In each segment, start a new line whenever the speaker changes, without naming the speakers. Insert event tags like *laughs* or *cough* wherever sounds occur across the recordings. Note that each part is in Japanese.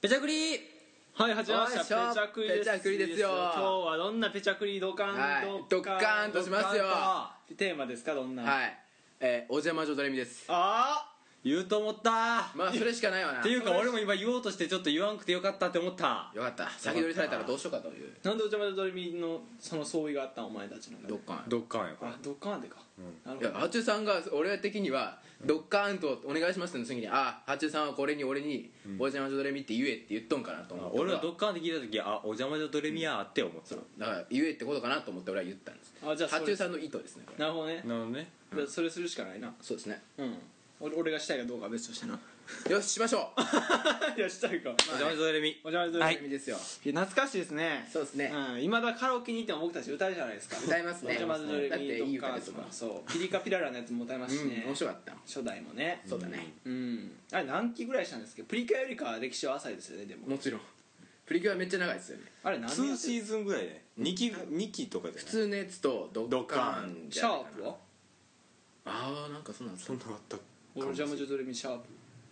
ペチャクリ
はい始まりました
よ
ペ
いし
チ
ょ
ャクリです
ペチャクリですよ
今日はどんなペチャクリドカン、
はい
ドカン
ドカンとしますよ
ドカンとテーマですかどんな、
はい、えー、お邪魔女ドレミです
あ
言うと思った
まあそれしかないわな
っていうか俺も今言おうとしてちょっと言わんくてよかったって思った
よかった先取りされたらどうしようかという
ーなんでお邪魔女ドレミのその相違があったんお前たちの中で
ドッカン
どっかんやから
あドカンでか、ないる
やハチュウさんが俺的には「ドッカーンとお願いします」の次に「あハチュウさんはこれに俺にお邪魔女ドレミって言え」って言っとんかなと思って
俺はドッカンって聞いた時あお邪魔女ドレミアーって思ってた
だから言えってことかなと思って俺は言ったんです
あじゃあそれ
ハチュウさんの意図ですねこれ
なるほどね
なるほどね
じゃあそれするしかないな
そうですね
うん俺俺がしたいかどうかは別と
*laughs*
してな
よししましょう
いやしたいか
お邪魔女ドレミ
お邪魔女ドレミ、
ドレミですよ
いや懐かしいですね
そうですね
うん、今だカラオケに行っても僕たち歌うじゃないですか
歌いますね
お邪魔女ドレミ
だっていい
ドカ
歌
ン
です
と
もん
かそうピリカピララのやつも歌いますし
うん
ね、
面白かった
初代もね
そうだね
うんあれ何期ぐらいしたんですけどプリキュアよりかは歴史は浅いですよねでも
もちろんプリキュアめっちゃ長いですよね
あれ何
2
ー
シーズンぐらいで2期二期とかじゃ
普
ない
通のやつとドッカーン
シ
じゃな
ャ
い
ー
かな
プは
ああなんかそんなん
そんなのあったか
俺のジャムジョドレミシャープ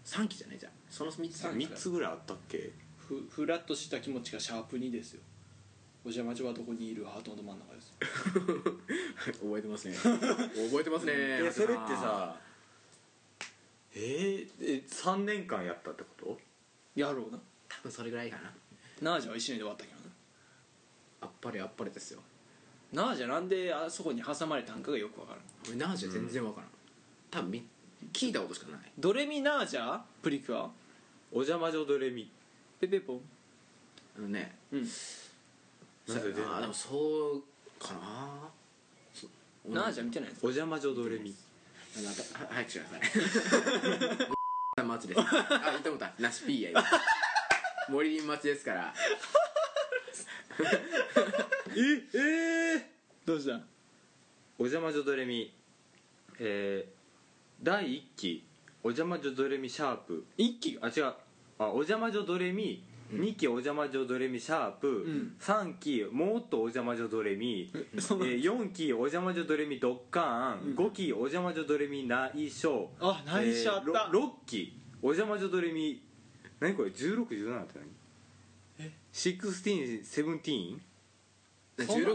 3期じゃないじゃんその3つ
三期
3つぐらいあったっけ
ふふらっとした気持ちがシャープ2ですよお邪魔女はどこにいるハートのど真ん中ですよ
覚えて
*laughs*
ますね覚えてますね
いやそれってさえー、え3年間やったってこと
やろうな
多分それぐらいかな
ナージャは1年で終わったけど
あっぱれあっぱれですよ
なナージャなんであそこに挟まれたんかがよくわからん
俺ナージャ全然わからん、多分み聞いたことしかない
ドレミナージャプリキュア
お邪魔女ドレミ
ペペポン
あのね
うん
なんで出てんの
あでもそうかな
ナージャ見てないんです
お
か
邪魔女ドレミ
あのは早くしてくださ *laughs* い松ですあ言ったことあるなしピーや今森林町ですから
ええー
どうした
お邪魔女ドレミえー、第1期お邪魔女ドレミシャープ
一期が
あ違うあお邪魔女ドレミ2期お邪魔女ドレミシャープ、
ん
3期もっとお邪魔女ドレミ、え
そんな
4期お邪魔女ドレミドッカーン、5期お邪魔女ドレミ内緒
あ内緒あった
6期お邪魔女ドレミ何これ1617って何
え
1617
そうなの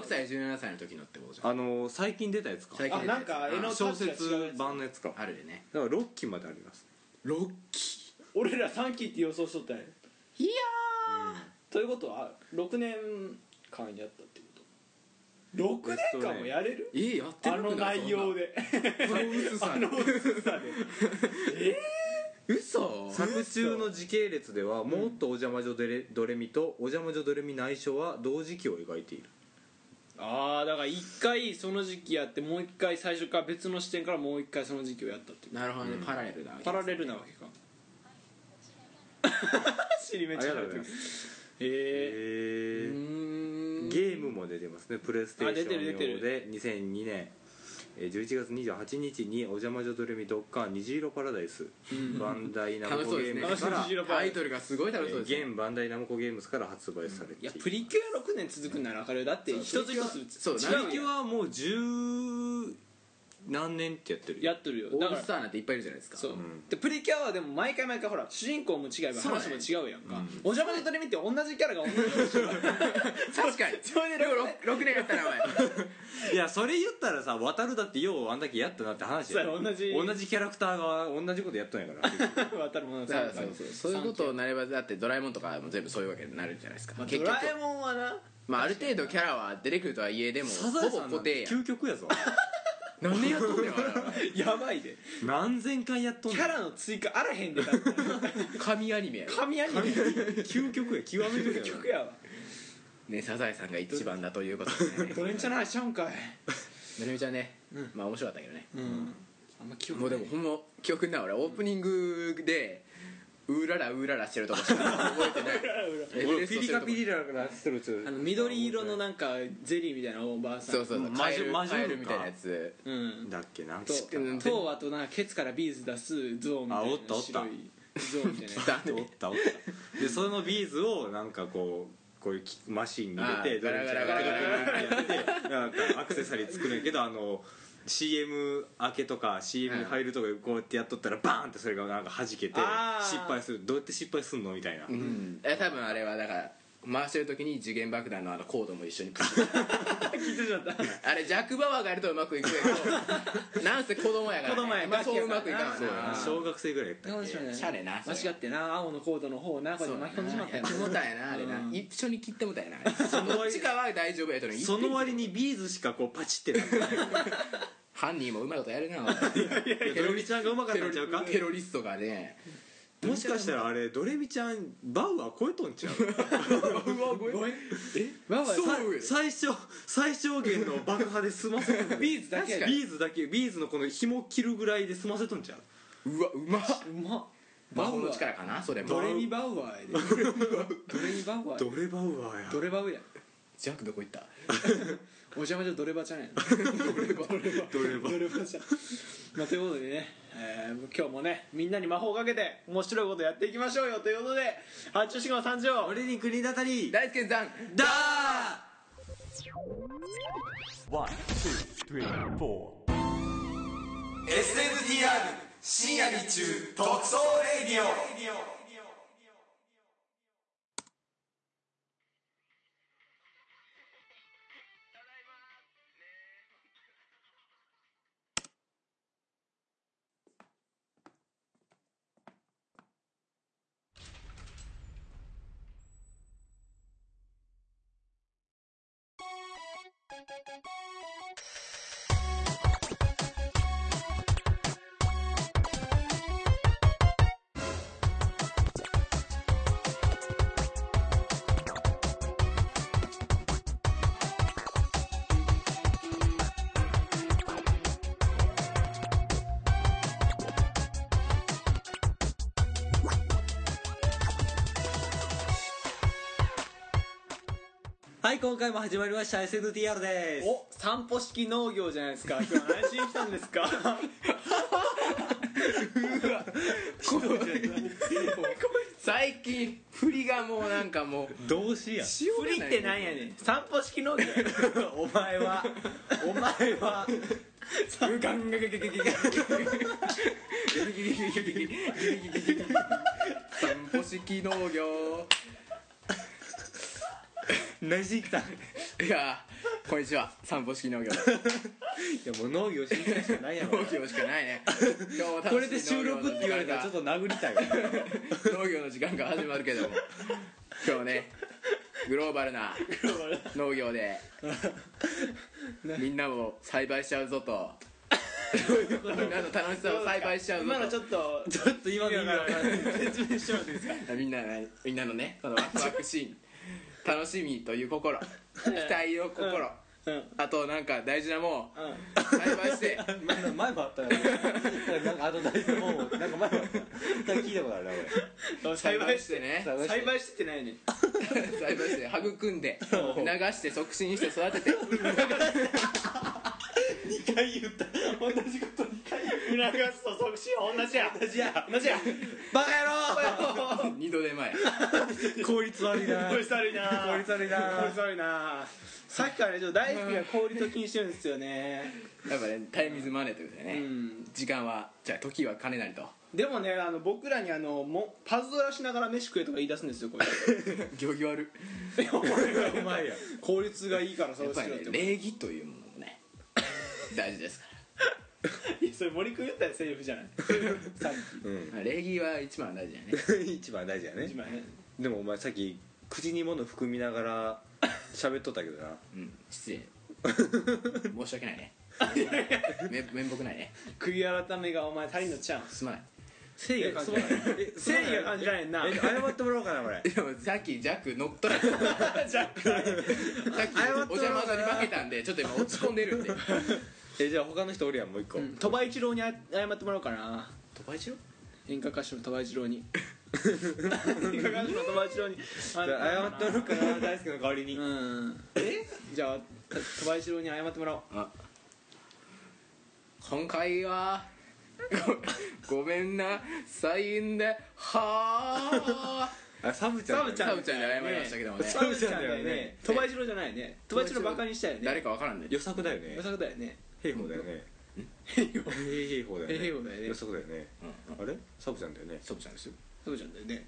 16歳17歳の時のってことじゃん
あのー最近出たやつか
最近
あなんか絵のタ
小
ッチが違うやつ
説版のやつか
あるよね
だから6期まであります
ロッキ
俺ら3期って予想しとったんや
ーいや
ということは6年間やったってこと6年間もやれる、
ーえやって
あ
る
の内容
で
で
その薄さ
あの薄さで
嘘
作中の時系列ではもっとお邪魔女ドレドレミとお邪魔女ドレミ内緒は同時期を描いている
*laughs* ああだから1回その時期やってもう1回最初から別の視点からもう1回その時期をやったっていう
なるほどね、パラレルだ
パラレルなわけか *laughs*
ありがとうございますへ
尻めっちゃ笑ってるへえ
う
え
ーん
ゲームも出てますねプレイステーシ
あ出てる出て
ョン
る
用で2002年えー11月28日に「お邪魔女ドレミドッカン虹色パラダイス」バンダイナム
楽し
コ
そう
ゲ
です
ー
ね
ムズから
楽しい
タイトルがすごい楽しそうですね、
現バンダイナムコゲームズから発売されて
い
い
や
る
プリキュア6年続くんなら分かるよだって一つ一つ
そう
違
プリ
う
キ
よ
ュアはもう十何年ってやってるよ
やっとるよだ
オー
か
ル
ら
スターなんていっぱいいるじゃないですか
そう、
ん
でプリキュアはでも毎回毎回ほら主人公も違えば
そうね
話も違うやんか、お邪魔女とレミって同じキャラが同じようにしてるから
確かにそれで 6, 年やったなお前
いやそれ言ったらさ渡るだってようあんだけやったなって話や
そう同じ
同じキャラクターが同じことやったんやから
渡るもの
だからそうそうそういうことになればだってドラえもんとかも全部そういうわけになるじゃないですか、
まあ、
結
ド
局
ラえもんはな
まあ、ある程度キャラは出てくるとはいえで
*laughs*
も
サザエ
ほぼ
さんな
固
ん
定
て *laughs*
やん
究極やぞ
何年やっとんねんあれ
やばいで
何千回やっとん
キ
ねん
ャラの追加あらへんでだって
神アニメや
神アニメ
究極や極め
結
て
局やわ
ねサザエさんが一番だというこ
*laughs*
とですね
ドレミちゃんの話しちゃうんかい
めちゃんね、まあ面白かったけどね、
うんあんま記憶
もうでもほんま記憶にない俺オープニングでうーららうーららしてるとこしか覚えてない
俺ピリカピ
リ
リラがしてるつ
あの緑色のなんかゼリーみたいなおばあさん
そうそうそう
魔
カエ
女
ル
魔女
カエルみたいなやつ
うん
だっけな
と
てる
とあとなんかケツからビーズ出すゾーンみたい
あ
な
おったおった
白いゾーンみたいなやつ
お
だ
ったおったでそのビーズをなんかこうこういうきマシンに入れ
あ
て
ーガラガラガラガラ
やっててなんかアクセサリー作るんやけどあの CM 明けとか CM 入るとかこうやってやっとったらバーンってそれがなんか弾けて
あー
失敗するどうやって失敗すんのみたいな、
うんえ多分あれはだから回してる時に時限爆弾のあのコードも一緒にプシュッ
聞いてしまった
あれジャック・バワーがやるとうまくいくけどなんせ子供やから、ね、
子供や
まあそううまくいかんわ
そうやな
な
小学生ぐらいやったっけ
ねシャレなそれ
間違ってな青のコードの方をなこうやって巻き込んでしまったよ
やってもうたやなあれな、
うん
一緒に切ってもうたやなあれどっちかは大丈夫やとね
その割にビーズしかこうパチってなってない
犯人もうまいことやるな
ドレミちゃんがうまかっ
テ
た
ロ
んちゃうか
テロリストがね
もしかしたらあれドレミちゃんバウアー超えとんちゃう
ごめん
まあまあ
さ
そう
最小最小限の爆破で済ませとん
ビーズだけや
ビーズだけビーズのこの紐切るぐらいで済ませとんちゃう
うわうまっ
うまっ
魔法の力かなそれも
ドレミバウアーやでドレミバウアーや
ドレバウアーや
ドレバウや
ジャックどこ行った
お邪魔女ドレバちゃんや
ドレバ
ドレバちゃんまあということでね、えー今日もねみんなに魔法をかけて面白いことやっていきましょうよということで八丁島三条
俺に国だたり
大輔さん
だ
One, two, three, four.
SMTR 深夜に中特捜レディオ
はい今回も始まりました SNTR です
お散歩式農業じゃないですか今日何しに来たんですか
最近振りがもうなんかもう
動詞やん
振りってなんやねん散歩式農業お前はお前は
ガンガンガンガンガンガンガン *laughs* 散歩式農業
何しに来たんい
いやーこんにちは散歩式農業
やもう農業しに来たしかないやろ
農業しかないね今日も楽しい
これで収録って言われたらちょっと殴りたいわ
農業の時間が始まるけども今日ねグローバルな農業でみんなも栽培しちゃうぞとみんなの楽しさを栽培しちゃうぞ
今のち
と
ょっと
ちょっと今の意味わからない
説明してもらっていいですか
*laughs* みんなねみんなのねこのワクワクシーン楽しみという心期待を心、
うんうん
あとなんか大事なもん栽培して
前もあったよなんかあと大事なもんなんか前もあった聞いたことあるなこ
うん
栽
*laughs* 栽培
培
し
しててね
れ
栽培してってないねん
栽培して育んで促して促進して育てて
2回言った同じこと2回言った促すと促進は同じや同じや同じや
バカ
二度手前
野郎効率悪いな
効率悪いな
効率悪いな
効率悪いなさっきからねちょっと大好きが効率を気にしてるんですよね
やっぱねタイムイズマネーということでね、
うん
時間はじゃあ時は金なりと
でもねあの僕らにあのもパズドラしながら飯食えとか言い出すんですよこれ
行儀悪
うまいや
効率がいいからそ
やっ
うし
ぱり
ろ
ね
って
礼儀というものもね大事ですか
いやそれ森君言ったらセリフじゃないさっき
ら礼儀は一番大事だね
一番大事やね
一枚ね
でもお前さっき口に物含みなが *laughs* ら喋っとったけどな
うん
*laughs*
失礼申し訳ないねめ面目ないね
悔い改めがお前足りんのちゃうん
すまない *laughs*
誠意が
そうだね誠意が感じられんな
え謝ってもらおうかなこれ
でもさっきジャック乗っ取られた
*laughs*
さ
じゃ
っきお邪魔者に負けたんでちょっと今落ち込んでるんで
*laughs*
*laughs*
えじゃあ他の人おるやんもう一個、
鳥羽一郎にあ謝ってもらおうかな
鳥羽一郎
演歌歌手の鳥羽一郎に演歌歌手の鳥羽一郎に謝
じゃあ謝ってもらおうかな大輔の代わりに、
うんえじゃあ鳥羽一郎に謝ってもらおう
あ今回はごごめんなサインではあ
あサブちゃんだよね
サ
サブちゃんに謝りましたけどもね
サブちゃんだよね
サ
鳥
ブちゃんだよね
*laughs* 羽一郎じゃないね鳥羽一郎バカにしたよね
誰かわからんね
予作だよね
まさかだよね
兵法だよね
平方
平平法だよね
平方だよね
そこだよね
うん
あれサブちゃんだよね
サブちゃんですよ
そうじゃんだよね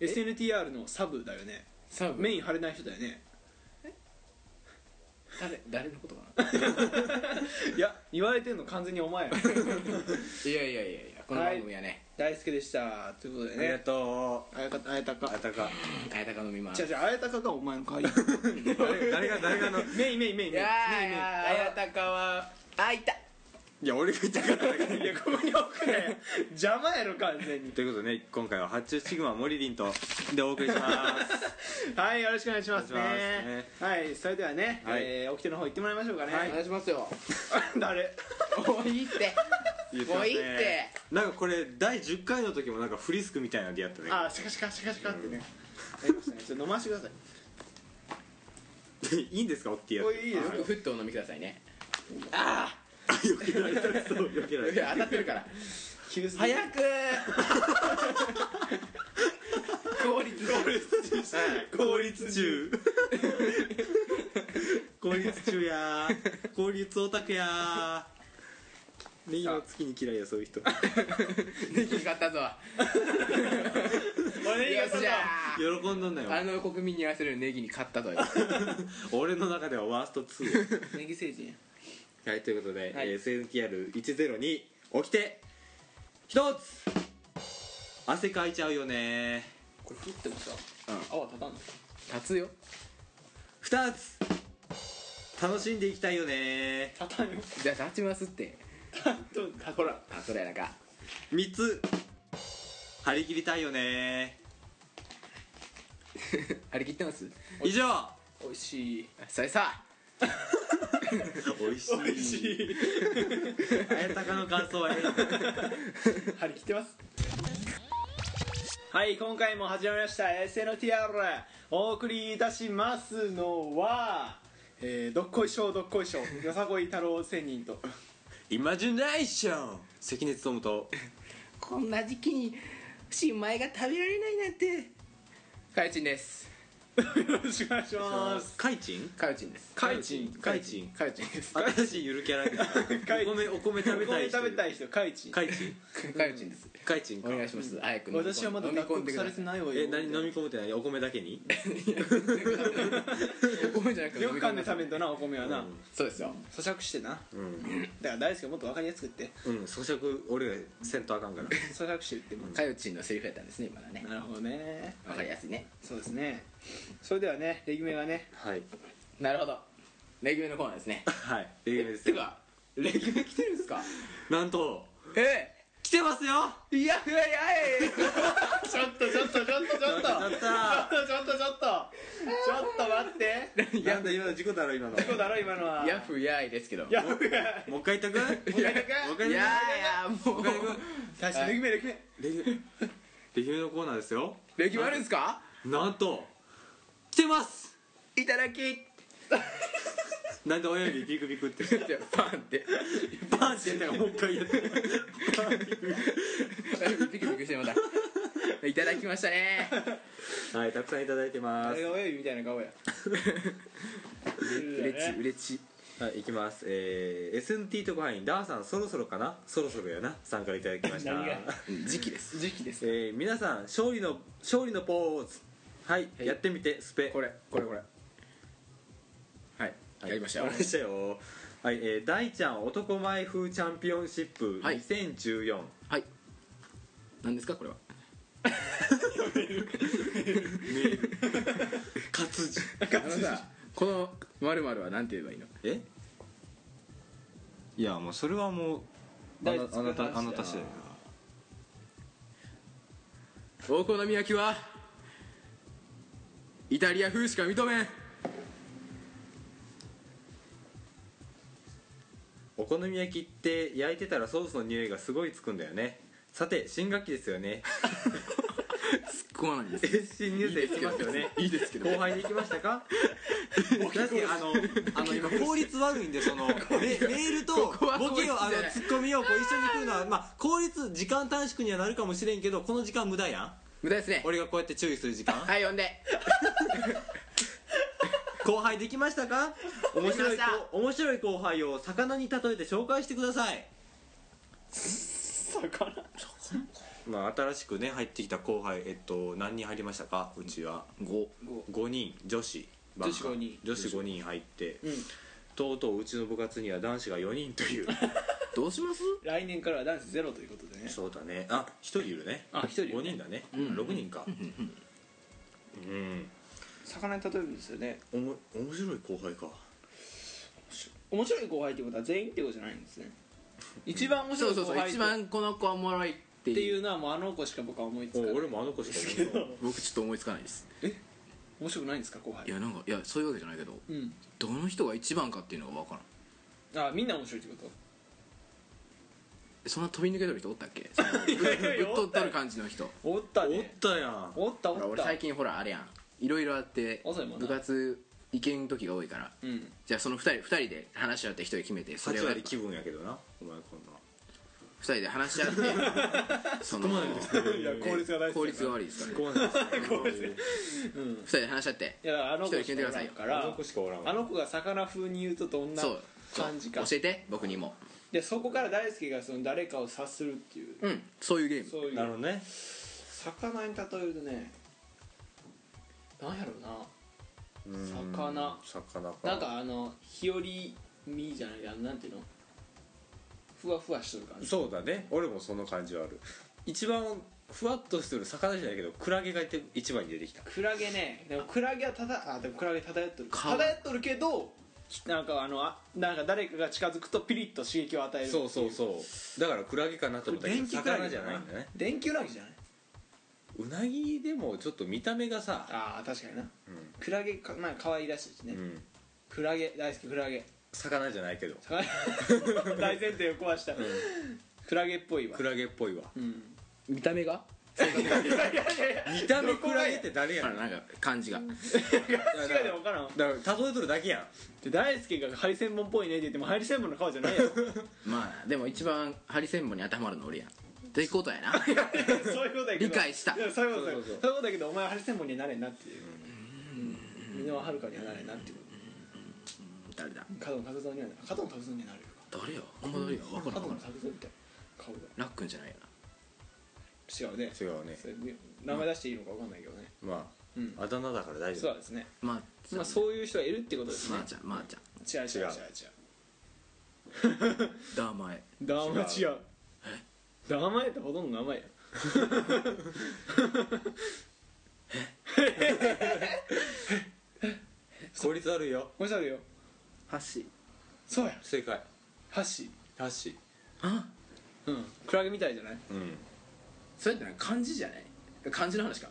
SNTR のサブだよね
サブ
メイン張れない人だよね
誰誰のことか
*laughs*
ない
や言われてんの完全にお前や
いやいやいやいやこの番組はね
大好きでしたということで
ありが
ね
と
あやかあやた
うあ
か
たか
あやたか飲みます
違う違うあやたかがお前の代わり
誰が誰が *laughs* あの
メインメインメインメインメイン
いやーいやーあや
あ
たかはあいた
いや俺が言ったから
いやここに置くなよ邪魔やろ完全に
ということでね今回は発注シグマモリリンとでお送りし *laughs* ます
はいよろしくお願いします
お願いします
ね
ね
はいそれではね
はい
えー掟の方行ってもらいましょうかね
お願いしますよ
誰
もういいって
言って
も
ま
う
す
いいっ
ね
て
なんかこれ第10回の時もなんかフリスクみたいなんでやったね
あシャカシャカシャカシャカってねやりましたねちょっと飲ましてください
*laughs* いいんですかおってやつ
おいいいよ
よくふっとお飲みくださいね
あ避けられたそう避けられ
い
た
や当たってるから
急すぎ
早く効率効
*laughs*
率
効率中効率中やー効率オタクやーネギの月に嫌いやそういう人
*laughs* できんかったぞ
俺ねいいよ
よっしゃ
喜んどんなよ
ーあの国民に合わせるネギに勝ったぞよ
俺の中ではワースト2
ネギ星人
はいということで、
はい
えー SNTR102 起きて一つ汗かいちゃうよね
これ切ってもさ
うん
泡立たんの
立つよ
二つ楽しんでいきたいよね
立たんよ
じゃあ立ちますって
ほら
あそれやなんか *laughs*
三つ張り切りたいよね
張り切ってます
以上
美味しい
それさ
おいしいおいしいあやたかの感想は変
*laughs* 張り切ってますはい今回も始まりました SNTR お送りいたしますのはえー、どっこいしょうどっこいしょうよさこい太郎仙人と
イマジュネーション関根勤と
こんな時期に新米が食べられないなんてかよちんです
よろしくお願いします
カイチン
かよちんです
カイチン
カイチン
かよちんですか
新しいゆるキャラみた
カ
い
イ
な
チ
お米お米 *laughs* 食べたい
お米食べた
い
い人カイチン
カイチン
よちんです
カイチン
お
か
願いします早く飲み込んで
私はまだ
飲み
脱
込ん
獄
でく
さ
だ
れ
さい
てないわよ
え何飲み込むって何お米だけに
お米じゃなくて
よく噛んで食
食べ
べんとなお米はな、
そうですよ
咀嚼してな
うん
だから大好きもっと分かりやすくって
うん咀嚼俺がせんとあかんから
咀嚼して言っても
かよちんのセリフやったんですね今のはね
なるほどね
わかりやすいね
そうですねそれではねレギュメがね
はい
なるほどレギュメのコーナーですね
はいレギュメです
てかレギュメ来てるんですか
なんと
え
来てますよ
えいやいやいやい
ちょっとちょっとちょっとちょっとちょっとちょっとちょっとちょっと
やった
待って
ー *laughs* なんだ今の事故だろ今のもう
どうだろ今のは
やヤフーやーいですけど
ヤフー
一回言っとくも
もう一回だけ
う一回言っ
いや
と
ーもう
確かにレギュメレギュメ
くレギュレギュメのコーナーですよ
レギュメあるんですか
なんと来てます
いただき
なんで親指ビクビクって
*laughs* じゃあパンって
バーンってやったからもう一回やって
ビクビクしてまたいただきましたね
はいたくさんいただいてま
あ
す
れが親指みたいな
*laughs*
顔や
うれちうれち
はいいきますえー、SNT 特派員ダーさんそろそろかなそろそろやなさんからいただきました
何が
うん時期です
時期です
えー、皆さん勝利の勝利のポーズはい、
はい
やってみてスペ
これこれこれはい
はい
やりましたよ
やりましたよはい、えー、大ちゃん男前風チャンピオンシップ
はい
2014、
はい何ですかこれは
活字
あのさこの〇〇は何て言えばいいの
えいやもうそれはもうあ
大
な
地
あなたあなた
作
次第だよ
お好み焼きはイタリア風しか認めん
お好み焼きって焼いてたらソースの匂いがすごいつくんだよねさて新学期ですよ *laughs* ね
こまないです
え新入生行きますよね
いいですけど
後輩に行きました *laughs* か確かにあのあの今効率悪いんでそのメメールと
ここは
ボケをあ
効
の
率じゃない
ツッコミをこう一緒に来るのはまあ効率時間短縮にはなるかもしれんけどこの時間無駄やん
無駄ですね
俺がこうやって注意する時間
はい呼んで
後輩できましたか面白い
できまし
こ面白い後輩を魚に例えて紹介してください
魚
まあ新しくね入ってきた後輩えっと何人入りましたかうちは5
五
人女子
女子五人
女子5人入って、
うん
とうとううちの部活には男子が4人という
どうします
来年からは男子ゼロということでね
そうだねあ一1人いるね
あ一人いるね
5人だね、6人かうん
魚に例えるんですよね
おも面白い後輩か
面白い後輩ってことは全員ってことじゃないんですね一番面白
そう
い
そう
後
そう
輩
一
っ
番この子はおもろいって
てい
いう
うのはもうあの子しか僕は思いつ
お
かない
俺もあの子しか思いつかない
僕ちょっと思いつかないです
面白くないんですか後輩
いやなんかいやそういうわけじゃないけど
うん
どの人が一番かっていうのが分からん
あみんな面白いってこ
そんな飛び抜けとる人おったっ *laughs* け
といや
ぶっとっとる感じの人
おった
おっ
ね
たやん
おったおった
俺最近ほらあれやんいろいろあって
遅いもんな
部活行けん時が多いから
うん
じゃあその2人二人で話し合って1人決めてそれ
8
を
割気分やけどなお前こんな
2人で話 *laughs* し合ってその
いや効率が大事
効率が悪いですから
ごめんなさい
2人で話し合って
いやあの子しかおらんか
あ
ら
の子しかおらんわ
あの子が魚風に言うとどんな
そうそう
感じか
教えて僕にも
でそこから大輔がその誰かを察するっていう
うんそういうゲーム
そうい
なるほ
う
どね
魚に例えるとねなんやろうな
うん
魚
魚か
なんかあの日和みじゃないあのなんていうのふわふわしとる感じ
そうだね俺もその感じはある一番ふわっとしてる魚じゃないけどクラゲがいて一番に出てきた
クラゲねでもクラゲはただあでもクラゲ漂っとる
かわいい
漂っとるけどきなんかあのあなんか誰かが近づくとピリッと刺激を与える
そうそうそうだからクラゲかなと思ったけど
電気クラ
魚
ゲ
じゃないんだね
電球ラゲじゃないう
なぎでもちょっと見た目がさ
ああ確かにな
うん
クラゲかなんか可愛いらしいしね、
うん
クラゲ大好きクラゲ
魚じゃないけど
魚 *laughs* 大前提を壊した、クラゲっぽいわ
クラゲっぽいわ
うん
見た目が
見た目クラゲって誰や
あ
ねん
なんか感じが
違うでも分からん
だから例えとるだけやん
で大輔がハリセンボンっぽいねって言ってもハリセンボンの顔じゃないやろそう
まあでも一番ハリセンボンに当てはまるの俺やんってことやな
いうことやけど
理解した
いやそういうことだ
そう
よ
そうそう
そういうことだけどお前はハリセンボンにはなれんなっていう箕輪はるかにはなれんなっていうこ
誰だ
と角野拓三にはなる角野拓三にはなれる
誰やあんま誰や分
か
から
角
ん分
野
か
拓三みたいな顔
らんラックンじゃないよな
が違うね
違うね
それで名前出していいのか分かんないけどね
ま
うん
ああだ名だから大丈
そう
夫
ですね
まあ
まあそういう人がいるってことですね
まあちゃんまあちゃん
違う違う違う違う
ダーマエ
名前違う名前ってほとんど名前や
効率あるよ
面白いよ
ハッシー
そうや
正解
ハッシー
ハッシ
あ
うんクラゲみたいじゃない
ーうん
それってなんか漢字じゃない漢字の話か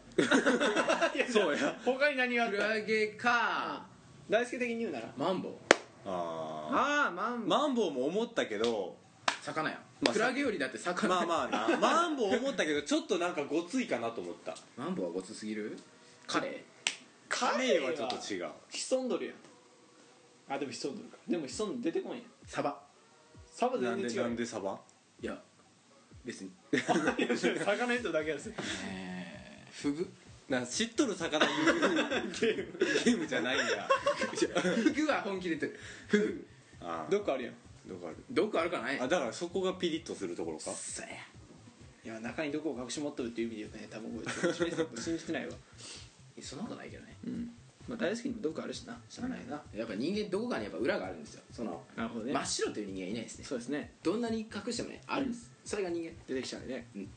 そうや他に何があっ
ク
た
ラゲか
大輔的に言うなら
マンボウ
ああ
ああマン
マンボウも思ったけど
魚やん、
まあ
クラゲよりだって魚
まあまあなマンボウ思ったけどちょっとなんかごついかなと思った
マンボウはごつすぎるカレ
カレーはちょっと
う
違う
潜んどるやんあでも潜んどるかでも潜んで出てこんやん
ーサバ
サバ
な
全
んでな
然違
ん
う
でサバ
いや別に
いや *laughs* 魚人だけです
えー、フグ
な知っとる魚 *laughs* に言うゲームじゃないんや
フグは本気で言ってるフグ
ああ
どっかあるやん
どこある
毒あるかない
あだからそこがピリッとするところか
そうや
いや中にどこを隠し持っとるっていう意味で言うとね多分これ信じて *laughs* ないわ
そんなことないけどね
うんまあ大好きにもどっかあるしな知らないな
やっぱ人間どこかにやっぱ裏があるんですよその
なるほどね
真っ白という人間はいないですね
そうですね
どんなに隠してもねあるんです、それが人間
出てきちゃうね
うん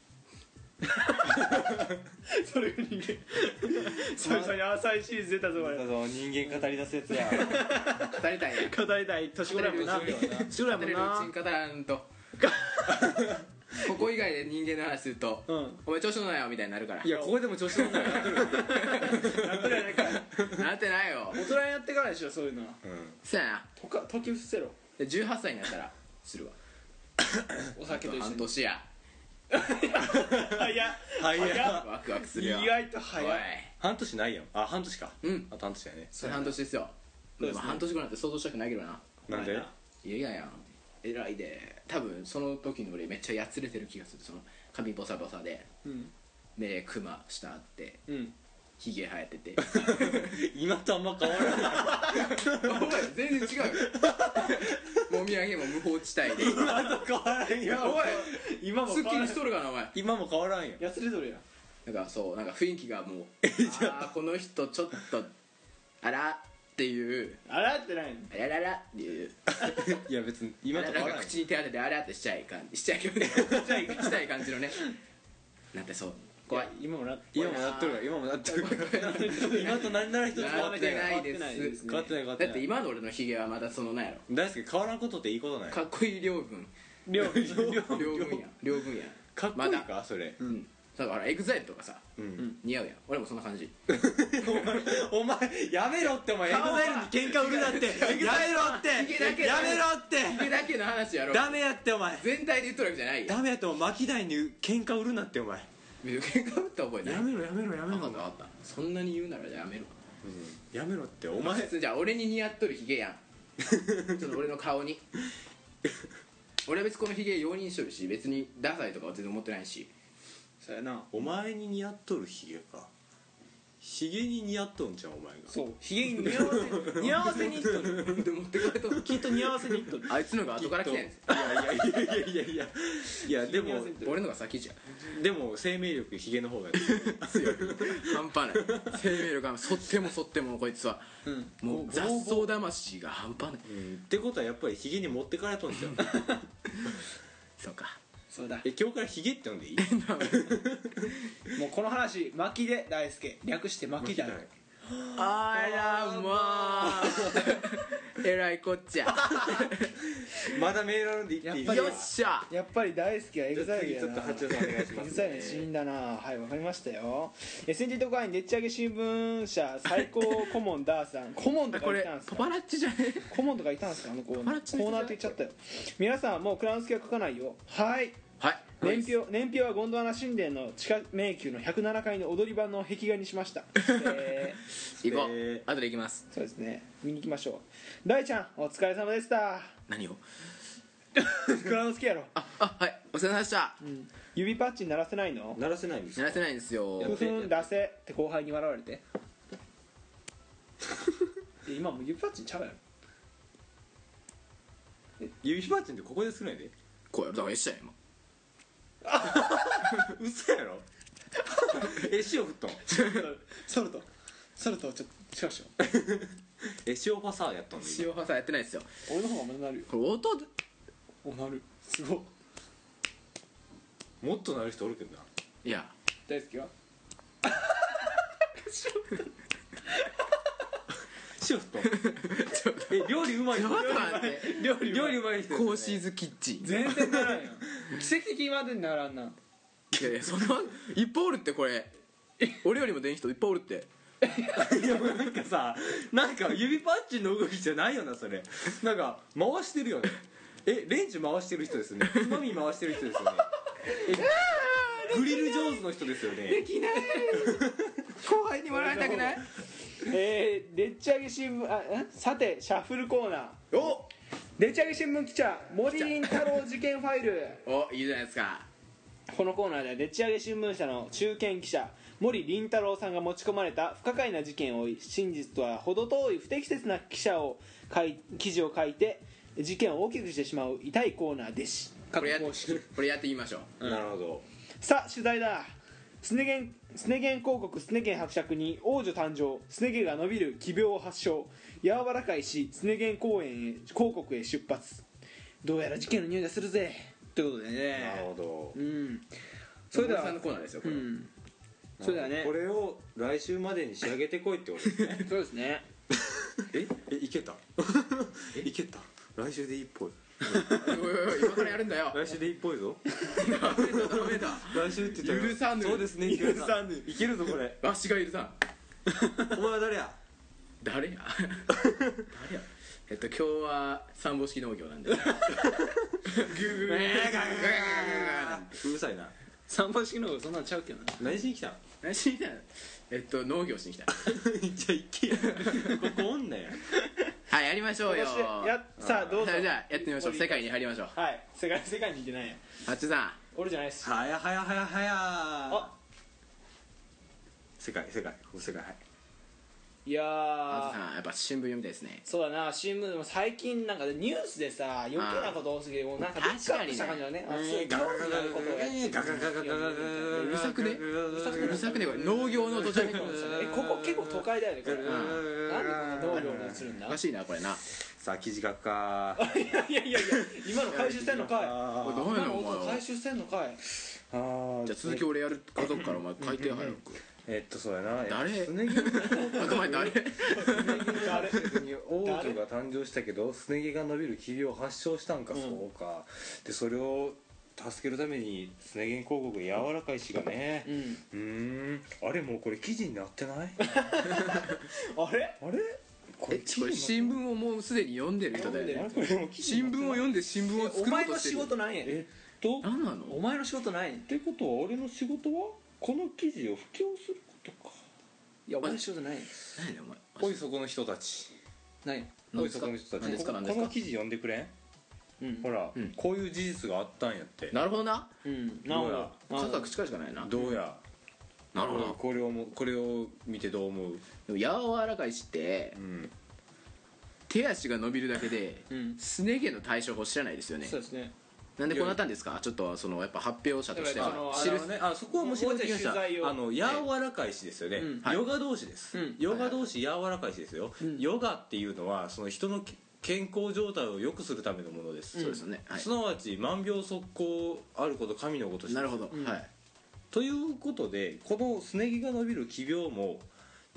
*laughs* それが人 *laughs* 間久々に浅いシリーズ出たぞこれ
人間語り出すやつや
語りたいね
語りたい年頃やもんな
語れるうちに
年頃や
語
も
れ
ん
るう
な
ちに語らんとここ以外で人間の話すると、
うん
お前調子乗んなよみたいになるから
いやここでも調子乗んない
*laughs* やっとるやないか
なってないよ
大人になってからでしょそういうのは
そうやな
とか時伏せろ
で18歳になったらするわ
お酒と一緒
半
に
年や
早っ
はいや
ワクワクす
意
るよ
外と
おい
早い
半年ないやんあ半年か
うん
あと半年やね
それ半年ですよ
そう
で
ですね
も半年後なんて想像したくないけどな
なん
お
で
前ない
やいややん偉いで多分その時の俺めっちゃやつれてる気がするその髪ボサボサで
うん
目クマ下あって
うん
ヒゲ生えて *laughs* て
今とあんま変わらない
お前全然違うよもみあげ *laughs* も無法地帯で
今と変わらんよ
お前
今も
ス
変
ッキ
わら
リ
ん
しとるかなお前
今も変わらんよ
やつれとるやん *laughs*
なんかそうなんか雰囲気がもうあーこの人ちょっとあらっていう
あらってないの
あらららっていう
いや別に
な
今
ん
と
か
変わらんよ
口に手当ててあらってしちゃいかんしちゃいけど *laughs* しちゃいしたい感じのねなってそう怖い
今もな
今もなっと
*laughs*
るわ今もなっとるわ *laughs* 今と何なら一つ変わ
な
っ
ってて
ない
ない
変わっ
です
てないです
変わってない変わって
だ
ない
って今の俺のヒゲはまだそのなんや
大輔変わらんことっていいことない
ろかっこいい
*laughs*
両軍
量
両軍や両軍や
かっこいいかそれ
うんだからエグザイルとかさ
ん
似合うやん俺もそんな感じ
お前やめろってお前エグザイルに喧嘩売るなってやめろって
ヒゲだけ
や
だね
めろって
ヒゲだけの話やろ
ダメやってお前
全体で言っとるわけじゃないよ
ダメやってお前巻き台に喧嘩売るなってお前
喧嘩打った覚えない
やめろやめろやめろ
分かった分かったそんなに言うならじゃあやめろ
やめろってお
まあ
前
普通にじゃあ俺に似合っとるヒゲやんちょっと俺の顔に俺は別にこのヒゲ容認しとるし別にダサいとかは全然思ってないし
そうやな
*laughs* お前に似合っとるヒゲかヒゲに似合っとんじゃんお前が
そうひげに似合わせ似合わせにいっとる
で持ってこれと
きっと似合わせにいっとる
あいつのが後から来てんす
いやいやいやいやいやいやでも
俺のが先じゃん
でも生命力ヒゲの方が
半端ない生命力がそってもそってもこいつは、もう雑草魂が半端ない
ってことはやっぱりヒゲに持ってかれとん
*laughs*
じゃん
そうか
そうだ
え今日からヒゲって呼んでいい
もうこの話巻きで大輔略して巻きだ
あらまあ *laughs* えらいこっちゃ
まだメールあるんで言っていい
やっぱり
よっしゃ
やっぱり大輔はエグザイル
次
や
ちょっと
な
八代さんお願いしま
エグ
す
ザイルの死因だなはいわかりましたよ SNT 特派員でっち上げ新聞社最高顧問ダーさ
*laughs*
ん顧問と
こ
かい
れ
たんす
パ
か
パラッチじゃねえ
顧問とかいたんすかあのコーナ
パラ
ー
ッチ
コ
の
ーナーっ
人じゃない
て言っちゃったよ皆さんはもうクラウンスケは書かないよはい
はい
年表年表はゴンドワナ神殿の地下迷宮の107階の踊り場の壁画にしま
*laughs*
した、えー
行こう、
え
後で行きます
そうですね見に行きましょう大ちゃんお疲れ様でした
何を
クラウンスケやろ
ああはいお世話様でした
指パッチン鳴らせないの
鳴らせないんです
鳴らせないんですよ
ふふん出せって後輩に笑われて *laughs* で今もう指パッチンちゃうやろ
指パッチンってここでするんやで
こうやるだから一緒や今
嘘やろ *laughs* え塩振っとん
ソルトソルトをちょっと少々
え塩パサーやったんで
塩派さんやってないですよ
俺の方がまだなるよ
これ音で
おなるすごい
もっとなる人おるけどない
や
大好きは
塩振っとんえ料理うまい
ちょ
人
っと待って
料理料理うまい人
コーシーズキッチン
全然ならんやん奇跡的までにならんない
やいやそんないっぱいおるってこれ俺よりも出ん人いっぱいおるって
*laughs* いやもうなんかさなんか指パッチンの動きじゃないよなそれなんか回してるよねえレンジ回してる人ですよねつまみ回してる人ですよねえグリル上手の人ですよね
きない後輩に笑われたくない
えー、でっち上げ新聞あんさてシャッフルコーナー
お
でっち上げ新聞記者森林太郎事件ファイル
おいいじゃないですか
このコーナーではでっち上げ新聞社の中堅記者森林太郎さんが持ち込まれた不可解な事件を追い真実とは程遠い不適切な記者を書い記事を書いて事件を大きくしてしまう痛いコーナーです
これやってこれやってみましょう
なるほど
さあ取材だスネゲンスネゲン広告スネゲン伯爵に王女誕生スネゲが伸びる奇病を発症柔らかいしスネゲン公園へ広告へ出発どうやら事件の匂いがするぜということで
なる
ね
ほど
うんそれで
森さん
は
のコーナーですよこ
う
れ、
んそれではね
これを来週までに仕上げてこいってことですね
そうですね
*laughs* ええいけたいけた来週でいいっぽい
おいおいおい今からやるんだよ
来週でいいっぽいぞ
ダメだダメだ
来週って言ったら
許さぬ
そうですね許さぬいけるぞこれ
わしがいるさん
お前は誰や
誰や誰やえっと今日は三本式農業なんでグーグーグーグーグーグーグーなんで
うるさいな
三本式の方がそんなんちゃうけどな
何しに来たん
何しに来たのえっと農業しに来た
じゃあ行けよここおんなや
はいやりましょうよ
そしてやっさあどう
そ
ぞ
れじゃあやってみましょう
森
世界に入りましょう
はい世界世界にいてないや
八さん
俺じゃないっす
はやはやはやはや
あ
世界世界ここ世界はい
いや
あず
ー
さんやっぱ新聞読みたいですね
そうだな新聞でも最近なんかニュースでさ余計なこと多すぎてもうなんかビックアップした感じだね
確かにね
あそう興味あることをやってる
ガガガガガガガ
うるさくねう
るさく
るさくねこれ農業の土地
えここ結構都会だよねこれ、なんでこんな農業に映るんだ
おかしいなこれな
さあ記事学か
いやいやいやいや今の回収してんのかい
これどうや
今
ねん
の
お
音
前は
回収してんのかい
じゃあ続き俺やる家族からお前書いて早く
えっとそうやな
誰
スネギ
あと前 *laughs* 誰
に王女が誕生したけどスネギが伸びる奇病を発症したんか、そうかでそれを助けるためにスネゲン広告柔らかいしがね
うん
うーんあれもうこれ記事になって
*laughs*
ないあ
あれ
れこ
え
れ
これ新聞をもうすでに読んでる人だよね
これもう *laughs* 記事になって
新聞を読んで新聞を
お
作ろ
前
うと
の
して
仕
る
事なんや
えっとっ
何なの
お前の仕事なんや
てことは俺の仕事はこの記事を布教することか
いやお前の仕事なんや
何だよお前
おいそこの人たち
なんや
何
お
で
い
す
そ
か
この人た
何で
ち
すか
こ
何です
こ
か
の記事読んでくれん
うん
ほら、
うん
こういう事実があったんやって
なるほどな
うんなるほど
家族しかしかないな
どうや
なるほど
これをもこれを見てどう思う
でも柔らかいしって
うん
手足が伸びるだけで
うん
すね毛の対処法知らないですよね
そうですね
なんでこうなったんですかちょっとそのやっぱ発表者として
だから
は
そ
あ
知
の
る
あ
ね、あそこは面白い
もうちょい取材を
あの柔らかいしですよね、
うん
はい
ヨガ同士です、
うん
ヨガ同士柔らかいしですよ、
ん
ヨガっていうのはその人のけ健康状態を良くするためのものです、
そうですよねはい
すなわち万病即効あること神のことし
なるほど
うん
はい
ということでこのすねぎが伸びる奇病も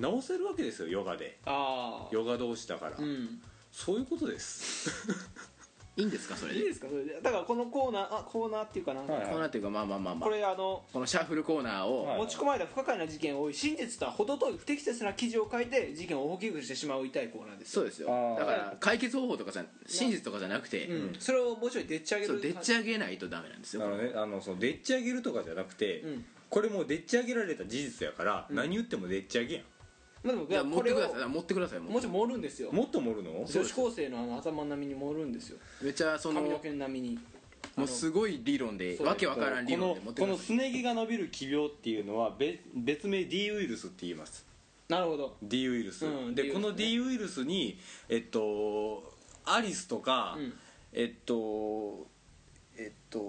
治せるわけですよヨガで
ああ
ヨガ同士だから、
うん
そういうことです
いいんですかそれ
いい
で
ですかそれでだからこのコーナーあコーナーっていうかな
はい
こうなっていうかまあまあまあま
こ
あ
れあの
このシャッフルコーナーを
はい
持ち込まれた不可解な事件を追い真実とは程遠い不適切な記事を書いて事件を大きくしてしまう痛いコーナーです
そうですよ
あー
だから解決方法とかじゃ真実とかじゃなくて
うん、それをもうちょいでっち上げ
そ
る
うでっち上げないとダメなんですよ
なのであのそのでっち上げるとかじゃなくて、
うん
これもうでっち上げられた事実やから、何言ってもでっち上げやん
まあ、でもい
じゃ
や
あ持
こ
って
れ
く
を
ださい持ってくださいも
も
う
ちろん盛るんですよ
もっと盛るの
女子高生のあの頭並みに盛るんですよ
めっちゃその
髪の
も
毛並みに
うすごい理論で
そう
わけわからん理
こ
論
の
で持って
こ
くだ
の
さい
すね毛が伸びる奇病っていうのは別別名 D ウイルスって言います
なるほど
D ウイルス、
うん
で
D ウイルスね
この D ウイルスにえっとアリスとか、
うん
えっとえっと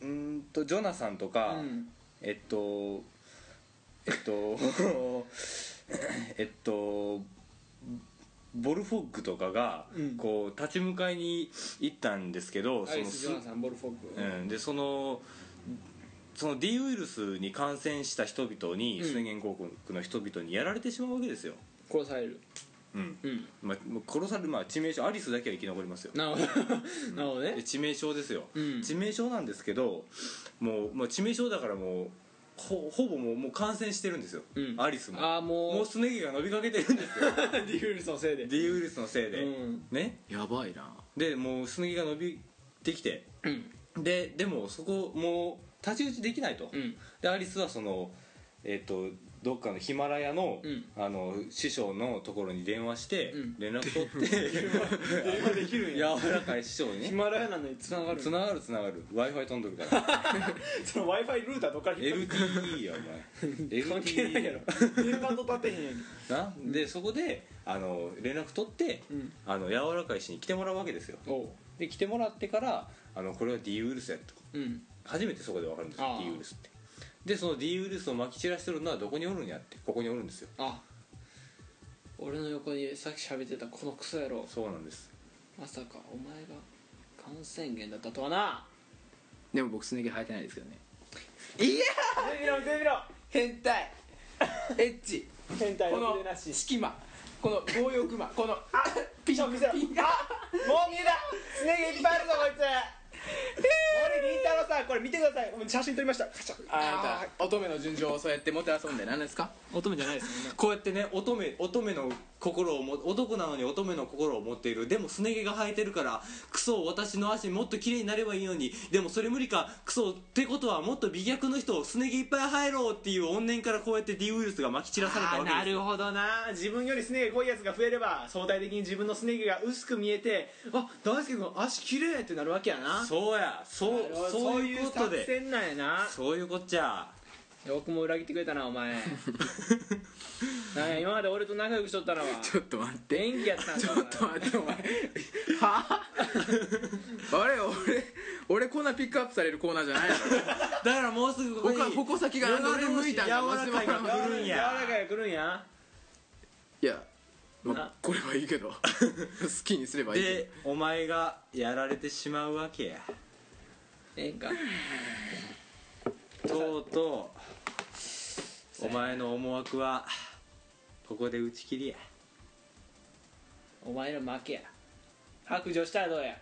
うーんとジョナサンとか、
うん
えっとえっと *laughs* えっとボルフォッグとかが、
うん
こう立ち向かいに行ったんですけど
アイス・ジ
す
ョナサン・ボルフォッグ、
うん、でそのその D ウイルスに感染した人々に
うん
水源広告の人々にやられてしまうわけですよ、
殺される
うん
うん
まあ、もう殺される、まあ、致命傷アリスだけは生き残りますよ
なるほど *laughs* なるほど
で
ね
致命傷ですよ、
うん
致命傷なんですけどもう、まあ、致命傷だからもうほほぼもうもう感染してるんですよ、
うん
アリスも
ああ
も
も
う
う
すね毛が伸びかけてるんですよ
*laughs*
*laughs*
ディフルスのせいで
D ウイルスのせいで、
うん
ね
やばいな
でもうすね毛が伸びてきて、ででもそこもう太刀打ちできないと、
うん
でアリスはそのえっ、とどっかのヒマラヤの,、
うん
あの師匠のところに電話して、
うん
連絡取
*laughs*
って
電話できるんや
柔らかい師匠に
ヒ *laughs*
ね
マラヤなのにつながる
つながるつながる w i f i 飛んどるから
その w i f i ルーターどっから引っ張る
LTE やお前
*laughs* 関係ないやろ電波と立てへんや
な
ん
でそこであの連絡取って、
うん
あの柔らかい師に来てもらうわけですよ
おう
で来てもらってからあのこれは D ウイルスやと
うん
初めてそこで分かるんですよ
あー
D ウイルスってでその D ウイルスをまき散らしてるのはどこにおるんやってここにおるんですよ
あ俺の横にさっき喋ってたこのクソ野郎
そうなんです
まさかお前が感染源だったとはな
でも僕すね毛生えてないですけどね
いや見てみろ見てみろ
変態エッチ
変態
こ
の
の
腕なし
隙間この強欲魔このあピシ
ちょ
ャ
見
ピ
せ
シ
ろあも
ャ
う見えたスネ毛いっぱいあるぞこいつ俺りんたろさんこれ見てください写真撮りましたカチャ
あなた乙女の純情をそうやってもて遊んで何ですか
乙女じゃないです
こうやってね乙女乙女の心をも男なのに乙女の心を持っているでもすね毛が生えてるからクソ私の足もっと綺麗になればいいのにでもそれ無理かクソってことはもっと美脚の人をすね毛いっぱい生えろっていう怨念からこうやって D ウイルスがまき散らされた
あ
わけ
ー
です
なるほどな自分よりスネ毛が濃いやつが増えれば相対的に自分のスネ毛が薄く見えてあ大輔君足綺麗ってなるわけやな
そうやそう
なるほど
そういうこと
そういう作
で
戦なんやな
そういうこっちゃ
よくも裏切ってくれたなお
*laughs*
前なんや今まで俺と仲良くしとったのは
ちょっと待って
電気やったん
ち
か
ょっと待ってお前はああれ俺俺こんなピックアップされるコーナーじゃないの
だからもうすぐここ
こ
に
こここ先があの俺向いたんだ
柔らかいの
松原
来るん
柔ら
や
かいが来るんや
*laughs* いや、まあ
な
これはいいけ *laughs* ど好きにすればいいけど
でお前がやられてしまうわけや
ええんか
とうとうお前の思惑はここで打ち切りや *laughs*
お前の負けや白状したらどうや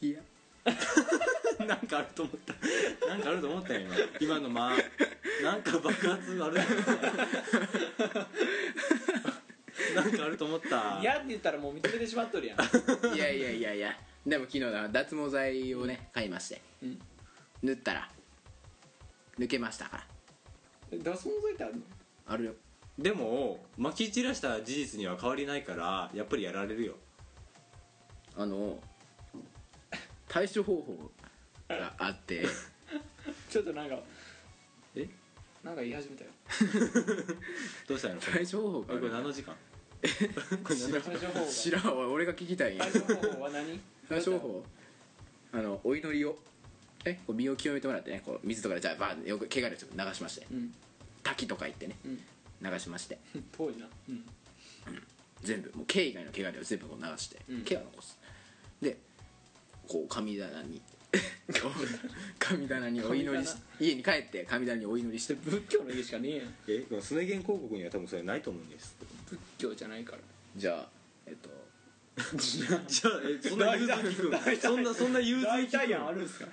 いや
なんかあると思ったなんかあると思ったよ今今の間なんか爆発ある *laughs* なんかあると思った
嫌って言ったらもう認めてしまっとる
*laughs*
やん
いやいやいやいやでも昨日だ脱毛剤をね買いまして、
うん
塗ったら抜けましたから
脱毛剤ってあるの
あるよ
でも撒き散らした事実には変わりないからやっぱりやられるよ
あ *laughs* の対処方法があ *laughs* って
ちょっとなんか
え
なんか言い始めたよ
どうしたのこれ
対処方法
*laughs*
が
こ
あ
れ
る
何の時間
対処方法
知らんわ俺が聞きたいんや
対処方法は何
対処法あのお祈りをえこう身を清めてもらってねこう水とかでじゃあバーンよく汚れちょっと流しまして
うん
滝とか行ってね
うん
流しまして
遠いなうん
全部もう毛以外の汚れを全部こう流して、
うん
毛は残すでこう神棚に *laughs* 神棚にお祈りし
神
家に帰って神棚にお祈りして
仏教の家しかねえやん
えこのスネゲン広告には多分それないと思うんです
仏教じゃないから
じゃあえっと
じゃあえそんな融通聞くそんなそんな融通聞く
るんすか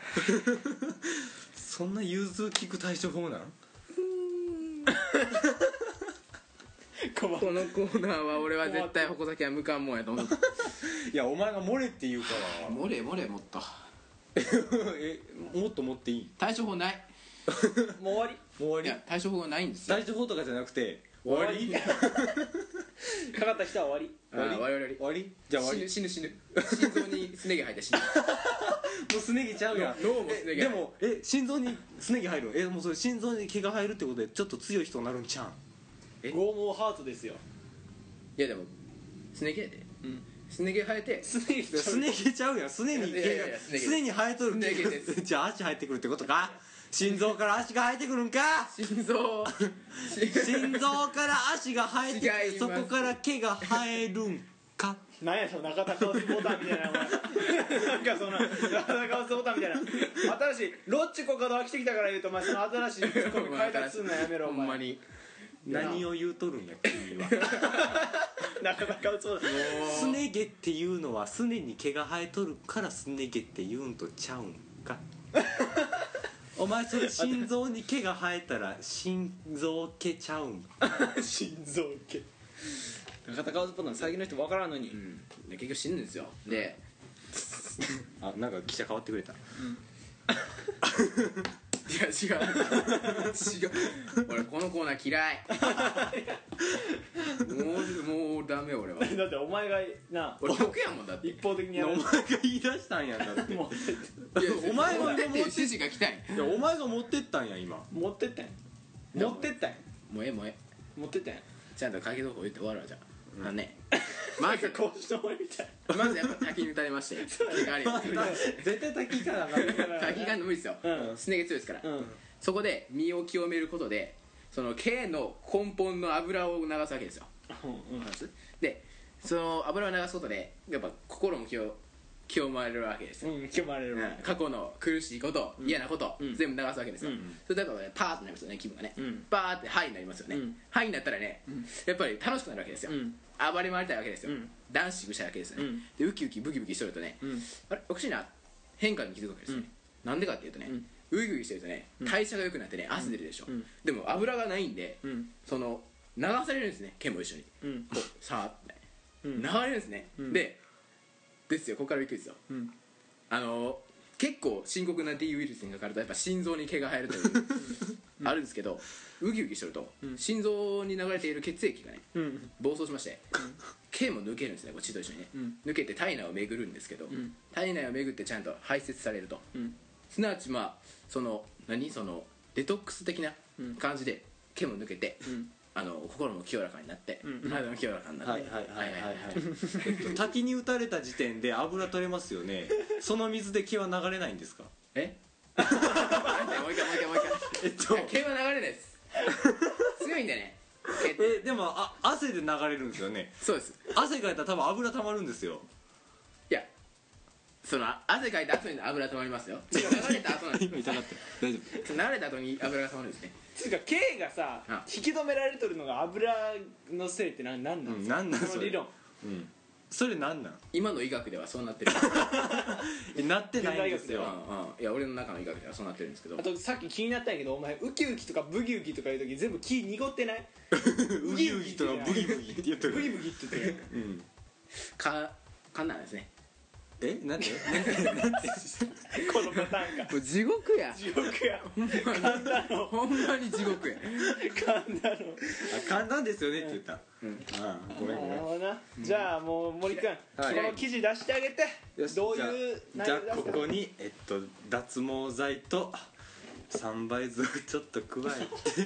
そんな融通聞く対処法なん
このコーナーは俺は絶対矛先は向かんもんやと思って
いやお前が漏れって言うか
もれもれもっと
ら *laughs* えもっと持っていい
対処法ない
もう終わ
もう終わ
い
り
や対処法がないんですよ
大丈夫とかじゃなくて終わり *laughs* 終
りかかった人は終わり
あー我々
わりじゃあ終わ
死
り
ぬ死ぬ死ぬ心臓にすね毛入って死ぬ *laughs*
もうすね毛ちゃうやん
脳もすね
え
毛
でもえ心臓にすね毛入るえもうそれ心臓に毛が入るってことでちょっと強い人になるんちゃ
剛毛ハートですよ
いやでもすね毛やですね毛生えて
す
う
ね
んすね毛ちゃうやんすねに
いやい
毛
やいや
が
すね毛
すねに生えとる毛
すね毛で
が *laughs* じゃあ足生えてくるってことか心臓から足が生えてくるんか *laughs*
心臓
心臓から足が生えてき
違
て
い
そ
ます
こから毛が生えるんか
なんやその中田カオスボタンみたいなお前なんかその中田カオスボタンみたいな新しいロッチコカドが来てきたから言うとお前その新しいツッコミ開拓すんのやめろお
ほんま
前
に
何を言うとるんや君は
中田カオスボタン
*laughs* すね毛っていうのはすねに毛が生えとるからすね毛って言うんとちゃうん *laughs* かお前それ心臓に毛が生えたら心臓毛ちゃうん
心臓系中田カオスボタン最近の人分からんのに、
で結局死ぬんですよで
あなんか記者変わってくれた
いや違う違う俺このコーナー
*laughs*
嫌いもうもうダメ俺は
だってお前がな
俺得やもん
*laughs*
だってい
一方的にや
お
る
前が言い出したんやんだってい
も
や
お前も
持ってっていう指示が来たい
やお前が持ってったんや今
う持ってったん持ってったん
もうええもうええ
持ってったんや
ちゃんと解決方法言って終わるわじゃあ、あのねまず
格子の前みたい
まずやっぱ滝に打たれまして滝があります
絶対滝行かなあかん
*laughs*
滝が無理ですよ、
うん
すね毛強いですから、
うん
そこで身を清めることでその毛の根本の油を流すわけですよでその油を流すことでやっぱ心も清清まれるわけですよ、
うん決まれるわ
うん過去の苦しいこと、嫌なこと、全部流すわけですよ、それだからねパーッとなりますよね気分がね、
ん
パーってハイになりますよね、
うん
ハイになったらね、やっぱり楽しくなるわけですよ、
ん
暴れ回りたいわけですよ、ダンシングしたいわけですよね、
うん
でウキウキブキブキしてるとね、あれおかしいな変化に気づくわけですよね、なんでかっていうとね、ウキウキしてるとね代謝が良くなってね汗出るでしょ、でも油がないんで、
ん
その流されるんですね毛も一緒に、
うん
こうさーってね、流れるんですね、でですよここからびっくりですよ、
ん
あの結構深刻な D ウイルスにかかるとやっぱ心臓に毛が生えるというあるんですけどウキウキしてると、心臓に流れている血液がね、
うん
暴走しまして、毛も抜けるんですねこっちと一緒にね、抜けて体内を巡るんですけど、体内を巡ってちゃんと排泄されると、すなわちまあその何そのデトックス的な感じで毛も抜けて、あの心も清らかになって、肌も清らかになって、
はいはいはいはいはいえっと滝に打たれた時点で油取れますよねその水で毛は流れないんですか *laughs*
え待ってもう一回もう一回もう一回
えっと
いや毛は流れないです強いんでね毛って
えでもあ汗で流れるんですよね
そうです
汗かいたら多分油溜まるんですよ
いやその汗かいた後に油溜まりますよ流れた後なんで
今痛かった大丈
す流れた後に油が溜まるんですね
つうか K がさ
あ
引き止められとるのが油のせいって何なんな
夫、うんん、なんなん
こ
そ
の理
れ
論
それなんなん
今の医学ではそうなってる
えなってないんです *laughs*
うん
よ
うんいや俺の中の医学ではそうなってるんですけど
あとさっき気になったんやけどお前ウキウキとかブギウキとかいう時全部気濁ってない
*laughs* ウギウギとかブギブギって言って
ブギ
る
ブギって言ってる
かかんなんですね
えなんで *laughs*
このパターンか
もう地獄 *laughs* や
地獄や
ほんまにほんまに地獄や
噛んだの
あ簡単ですよねって言った、ああごめんごめ
なんるほどなじゃあもう森君、
はい
この記事出してあげて
よし
どういう
じゃあじゃ
内
あこ
容出すか
こにえっと脱毛剤と3倍酢をちょっと加え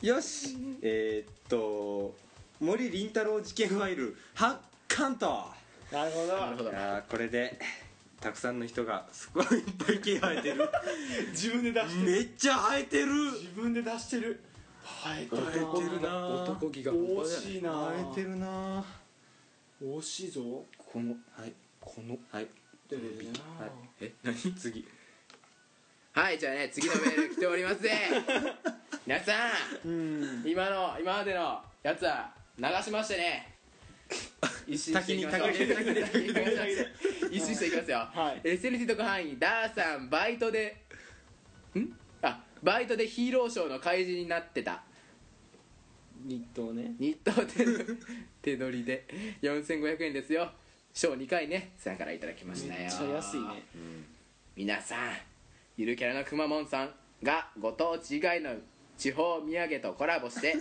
てよしえーっと森林太郎事件ファイル発刊と
なるほど
なるほ
い
ど
やーこれでたくさんの人がすごいいっぱい毛生えてる
自分で出してる
めっちゃ生えてる
自分で出してる生えて
生えてるなー
男気が
惜しいな
生えてるなー
惜しいぞ
この
はい
この
はい
ででな
はい
え何
次
はいじゃあね次のメール来ております皆さん今の今までのやつは流しましてね一新していきましょう
滝に滝に滝に
一新していきますよ、
はい
SNT 特派員ダーさんバイトでんあバイトでヒーローショーの開示になってた
日東ね
日東手の手取りで4500円ですよ小2回ねさんからいただきましたよ
めっちゃ安いね
皆さんゆるキャラのくまモンさんがご当地以外の地方土産とコラボして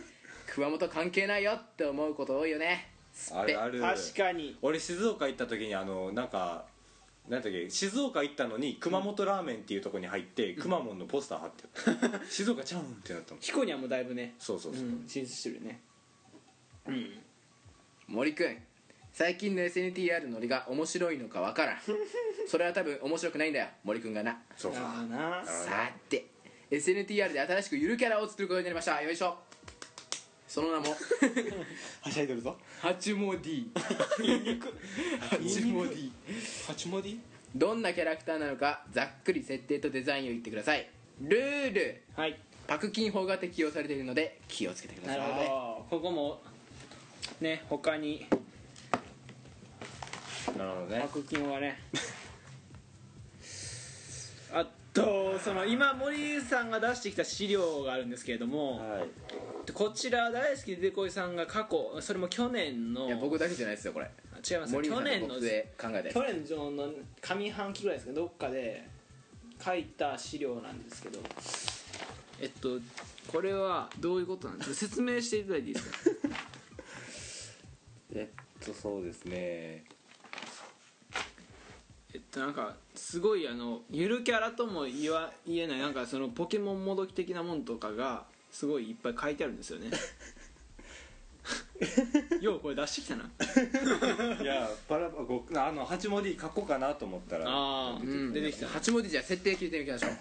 *laughs* 熊本関係ないよって思うこと多いよね
あるある
確かに
俺静岡行った時にあのなんかなんだっけ静岡行ったのに熊本ラーメンっていうとこに入って、くまモンのポスター貼ってあった *laughs* 静岡ちゃうんってなったもん
ヒコニャンもだいぶね
そうそう
う
そう、
ん進出してるね
森くん最近の SNTR ノリが面白いのかわからんそれは多分面白くないんだよ森くんがな
そうか
ああな
さて SNTR で新しくゆるキャラを作ることになりましたよいしょその名も
はしゃいでるぞ
八モディ八モディ
八文字
どんなキャラクターなのかざっくり設定とデザインを言ってくださいルール
はい
パクキン法が適用されているので気をつけてくだ
な
さ
る
い
ほどここもね他に
なるほどね
白金はねあとその今森さんが出してきた資料があるんですけれども、
はい
こちら大好きででこいさんが過去それも去年の
いや僕だけじゃないですよこれ
あ違います
森
去
さんと
年の
僕で考えた
去
や
年の上半期ぐらいですかどっかで書いた資料なんですけどえっとこれはどういうことなんですか説明していただいていいですか
えっとそうですね
えっとなんかすごいあのゆるキャラとも言わ言えないなんかそのポケモンもどき的なもんとかがすごいいっぱい書いてあるん *laughs* ですよねようこれ出してきたない
やパラパごあの八文字書こうかなと思ったらは
ああ、
ん
出てきた
つ八文字じゃ設定聞いてみましょう
い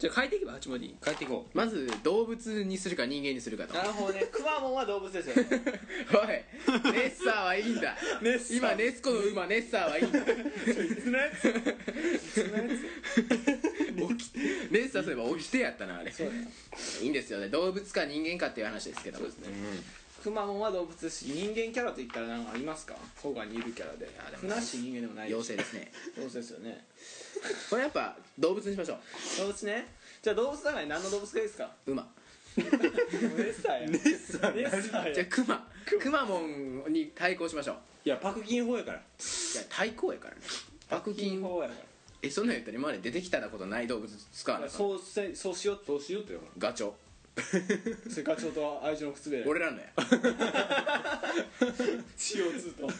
じゃあ書いていけば八文字
帰っていこう
まず動物にするか人間にするかとお
な
い
るほどねくまモンは動物ですよね
ネッサーはいいんだ
ネッサー
今ネスコの馬ネッサーはいいんだ
別のやつ別のや
*laughs* 起きネッサーそういえば起きてやったなあれいいんですよね動物か人間かっていう話ですけどそうですね
つくまモンは動物ですし人間キャラといったら何かありますか郊外にいるキャラで
あでも
ふなっしー人間でもない
妖精ですね
動物ですよね
これやっぱ動物にしましょ
動物ねじゃあ動物の中に何の動物がいいですか
う馬
ネッサーやネッサーネッサー
じゃあクマクマモンに対抗しましょう
いやパクキン法やから
いや対抗やからね爆金
法やか
えそんなん言ったら今まで出てきたことない動物使わな
ら
いかん
そうせそうしようってそうしようってよ
ガチョウ
それからちょっと愛情の靴べ
俺らのや
CO2 と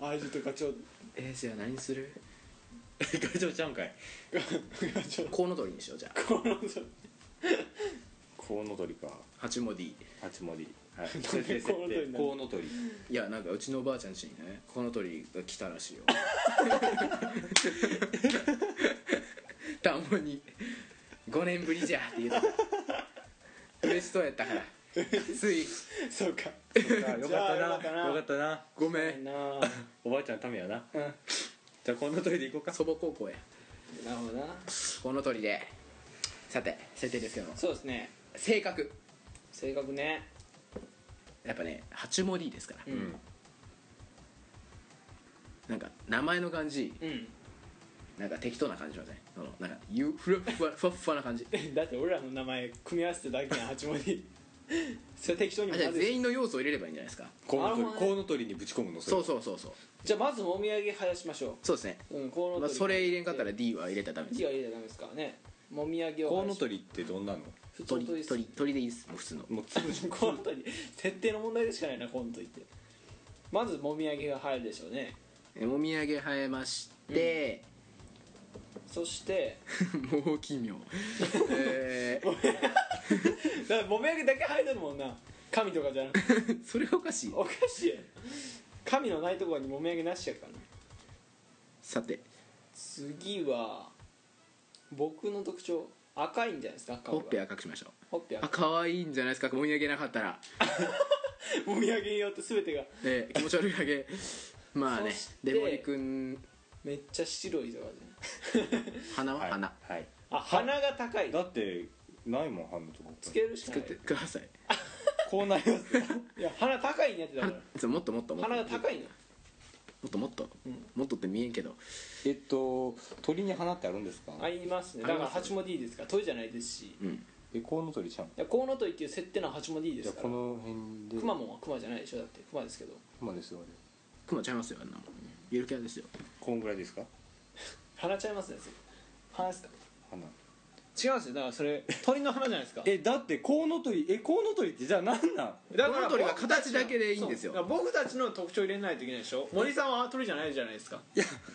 愛情とガチョウ
えー、じゃあ何する
会長ちゃうんかい
コウノトリにしようじゃあ
このそ
コウノトリか
*laughs* 八文字
ハチモリはい
設定設定
コウノトリ
いやなんかうちのおばあちゃんちにねコウノトリが来たらしいよ田んぼに5年ぶりじゃって言うてた嬉しそうやったからつい
そうか
あよ
じゃあ
か
よか
っ
ったた
な
な
よかったな
ごめ
なんなあ
おばあちゃんのためやな
うん
じゃあコウノトリで行こうか
祖母高校や
なるほどな
コウノトリでさて設定ですけども
そうですね
性格
性格ね
やっぱね八文字ですから、
うん
なんか名前の感じ
うん
なんか適当な感じしませんそのなんかゆふわふわふわふわな感じ
*laughs* だって俺らの名前組み合わせてだけやん8文字それ適当に
あ
も
じゃあ
なるし
全員の要素を入れればいいんじゃないですか
コウノトリ
なるほどね
コウノトリにぶち込むのそれ
そうそうそうそう
じゃあまずもみあげ生やしましょ
そうですね、
ううんコウノトリ
まあ、それ入れんかったら D は入れたらダメです
木は入れたらダメですからねもみあげを
コウノトリってどんなの
普通
鳥
の鳥です
鳥鳥でいいですもう普通の
もうつぶし
*laughs* コウノトリ設定の問題でしかないなコウノトリってまずもみあげが入るでしょうね
えもみあげ生えまして、
そして *laughs*
もう奇妙え
だからもみあげだけ生えてるもんな神とかじゃな
*laughs*
くて
ー、それがおかしい
おかしいやん神のないところにもみあげなしやからね
さて
次は僕の特徴赤いんじゃないですか
ほ
顔
っ
が
ぺ赤くしましょ
ほっぺ
うあ
赤
可愛いんじゃないですかもみあげなかったら、
もみあげによって全てが
えー、気持ち悪いだ
*laughs*
けまあね
そして
デモリ君
めっちゃ白いとかね
鼻は、
はい
鼻
はい
あ鼻が高い
だってないもんハンのとこ
つけるしか
作
な
って
い
ください
こうなりますよ
いや鼻高いんやってだか
鼻
ら
そうもっともっともっと
鼻が高いの
もっともっと、
うん
もっとって見えんけど
*laughs* えっと鳥に花ってあるんですか
ありますねだか
あり
ら
ます
8
ね
も D ですから鳥じゃないですし
うん
えコウノトリちゃん
いやコウノトリっていう設定の8も D で
じゃ
す
あこ
から
の辺で
クマもはクマじゃないでしょだってクマですけど
熊ですよね
クマちゃいますよあんなもんゆるキャラですよ
こんぐらいですか
鼻ちゃいますねそれ鼻ですか
花
違うんですよだからそ *laughs* れ鳥の鼻じゃないですか
えだってコウノトリえコウノトリってじゃあ何なん
だ
コウノトリは形だけでいいんですよ
そうだから僕たちの特徴入れないといけないでしょ森さんは鳥じゃないじゃないですか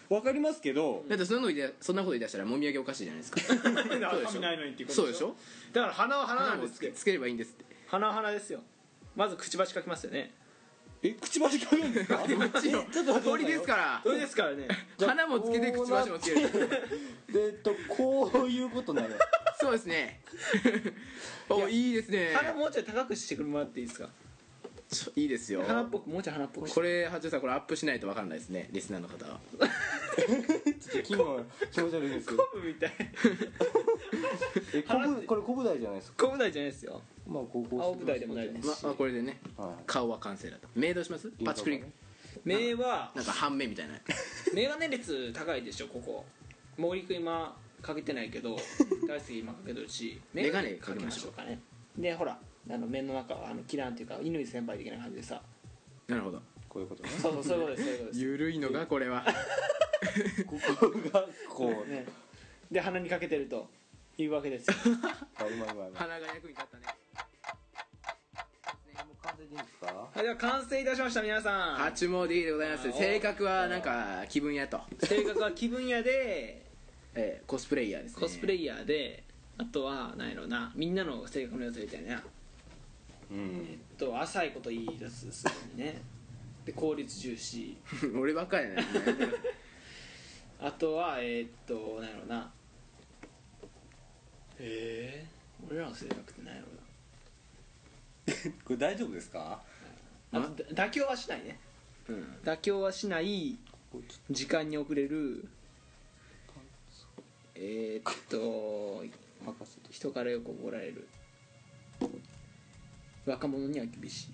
わかりますけど
だってそんなの言い出そんなこと言い出したらもみあげおかしいじゃな
*laughs*
いですか
だから神ないのにっていうこと
そうでしょ
だから鼻は鼻な
鼻
ん
も
です
つ
け
け
ど
つければいいん *laughs* ですって
鼻は鼻ですよまずくちばしかきますよね
えくちばしかるんですか
もちろん鳥ですから
鳥ですからね
花もつけてくちばしもつける
えっとこういうことなの
そうです *laughs* ねおいいですね
*laughs* 鼻もうちょい高くしてもらっていいですか
ちょいいですよ
鼻っぽくもうちょい鼻っぽくして
これ八代さんこれアップしないと分かんないですねリスナーの方は
気も気持ち悪いです
*laughs*
けど
コブみたい
えこぶこれコブダイじゃないですか
コブ大じゃないですよ
まあここ
青ブダイでもないです
まあこれでね
は
顔は完成だとメイドします
い
パチクリ
目は
なんか半目みたいな
眼鏡率高いでしょここ毛利君今かけてないけど大輔今かけてる *laughs* し
眼鏡かけましょう
かねでほらあの目の中はあのキランっていうか乾先輩的な感じでさ
なるほど
こういうことね
そうそうそういうことですそういうことです
ゆるいのがこれ *laughs* は
ここがこう
*laughs* ねで鼻にかけてるというわけですよ
あうまいうまいうまい
鼻が役に立ったね
もう完成でいいですか
*laughs* はいでは完成いたしました皆さん
八文 D でございま
あ
す
ー
性格はなんか気分屋と、
性格は気分屋で
えーコスプレイヤーですね
コスプレ
イ
イヤーであとは何やろうなみんなの性格のやつみたいな
うん
あと浅いこと言い出すすぐにねで効率重視
ヤー *laughs* 俺ばっかりやね
あとはえー、っとなんやろなええ俺らの性格ってなんやろ
これ大丈夫ですか
なあとだ妥協はしないね、
うん
妥協はしない時間に遅れるえー、っと
任せて
人からよく怒られる若者には厳し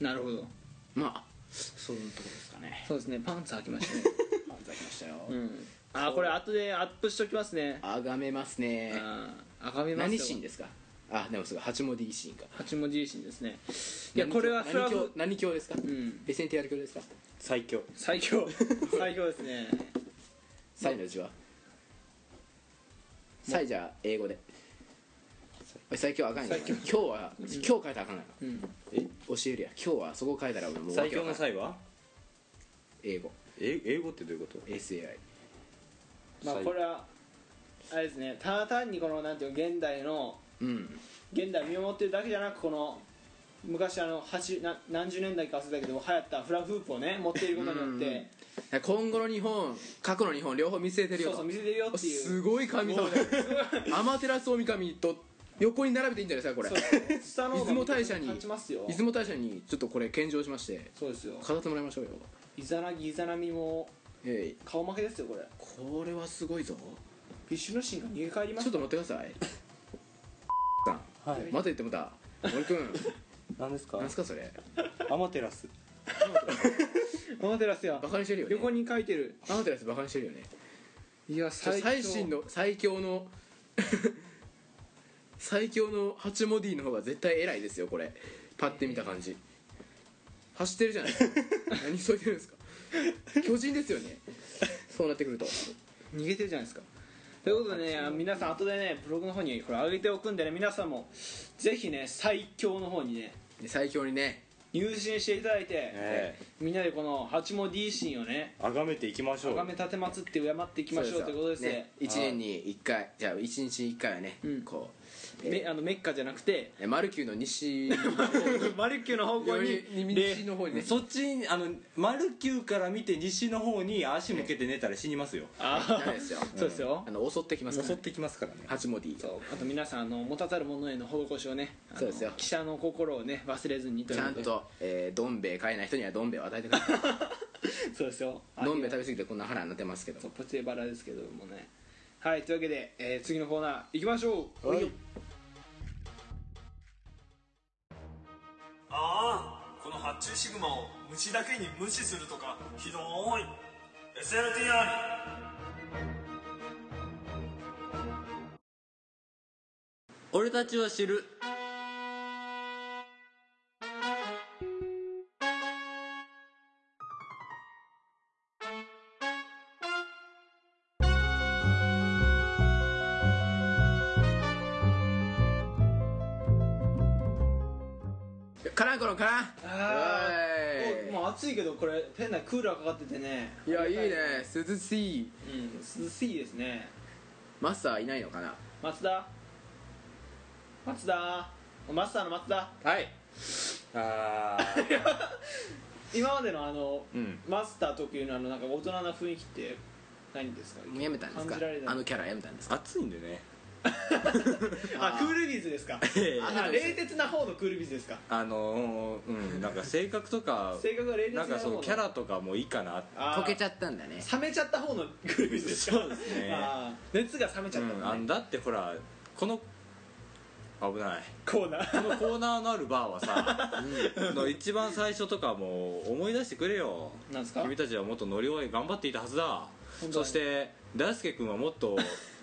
いなるほど
*laughs* まあ *laughs* そういうとこです *laughs* かね
そうですねパンツ履きましたね
いただきましたよ、
うんあーこれ後でアップしときますね
あがめますね
あー赤身マス
何
ター
シ
は
ーンですかあでもすごい八文字シーンか
八文字維んですねいやこれはフラ
何教
グ
何教ですか、
うん
ベセンティアル教ですか
最強
最強 *laughs* 最強ですね
サイの字はサイじゃ英語でおい最強あかんよ今日は今日変えたらあかんやろ
うん
教えるや今日はそこ変えたら俺もう
最強の
サイ
際は
英語
え英語ってどういうこと
SAI
まあこれはあれですねただ単にこのなんていうの現代の
うん
現代を見守ってるだけじゃなくこの昔あの80な何十年代か忘れたけど流行ったフラフープをね持っていることによって、
うん今後の日本過去の日本両方見据えてる
そ
よ
う
と
そう見せてるよっていう
すごい神様だよアマテラスオミカミと横に並べていいんじゃないですかこ
そ
れ
う下の方が
出雲大社に
立ちますよ
出雲大社にちょっとこれ献上しまして
そうですよ
飾ってもらいましょうよ
イザナギイザナミも
えい
顔負けですよこれ
これはすごいぞ
フィッシュの芯が逃げ帰りま
ちょ
す
っと待ってくださいさん
はい
また言ってもうた森くん
何ですか
何すかそれ
アマテラス
アマテラスや
バカにしてるよね
横に書いてる
アマテラスバカにしてるよね
いや
最
最
新の最強の *laughs* 最強のハチモディの方が絶対偉いですよこれパッて見た感じ走ってるじゃないですか何急いでるんですか巨人ですよねそうなってくると
逃げてるじゃないですかということでねあ皆さん後でねブログの方にこれ上げておくんでね皆さんもぜひね最強の方にね
で最強にね
入信していただいて、
え
みんなでこの八モ D 神をね
あがめていきましょう
崇め立てまつって敬っていきましょうということです
ね
ね
1年に1回じゃあ1日に1回はね、
うん
こう、
めあのメッカじゃなく *laughs* て
えマルキューの西
マルキューの方向
よ
に
り西の方にね
そっちにあの丸九から見て西の方に足向けて寝たら死にますよ
あ
ダ
ー
メですよ
*laughs* そうですよ
あの襲ってきますから、
襲っ
ね、
てきますからね
ハチモディ
そ
が
うあと皆さんあの持たざる者への施しをねあの
そうですよ
記者の心をね忘れずにとい
ち
う
ゃ
こ
ん
とで
と、えー、どん兵衛買えない人にはどん兵衛を与えてください
そうですよ
どん兵衛食べ過ぎてこんな腹になってますけど
そう
も
ポチエバラですけどもねはいというわけで、えー次のコーナー行きましょうはい
ああこの発注シグマを虫だけに無視するとかひどい SLTR
俺たちは知る
からんころからん
あ
おい
おもう暑いけどこれ店内クーラーかかっててね
いやいいね涼しい
うん涼しいですね
マスターいないのかな
松田松田マスターの松田
はい
あ
*laughs*
今までのあの、
うん
マスター特有のあのなんか大人な雰囲気ってないんですか
もうやめたんですか
感じられない
あのキャラやめたんですか
あ暑いんでね
あクールビズですかあ冷徹な方のクールビズですか
あのーうんなんか性格とか
性格が冷徹な
なん
方の
かそのキャラとかもいいかなって
あー
溶けちゃったんだね
冷めちゃった方のクールビズですかそうです
ね
熱が冷めちゃ
う
っ
ん、あ
た方のね
んだってほらこの危ない
コーナー
このコーナーのあるバー
*laughs*
はさの一番最初とかも思い出してくれよ
なんですか
君たちはもっと乗り終え頑張っていたはずだ
本当
そ
だ
して大輔君はもっと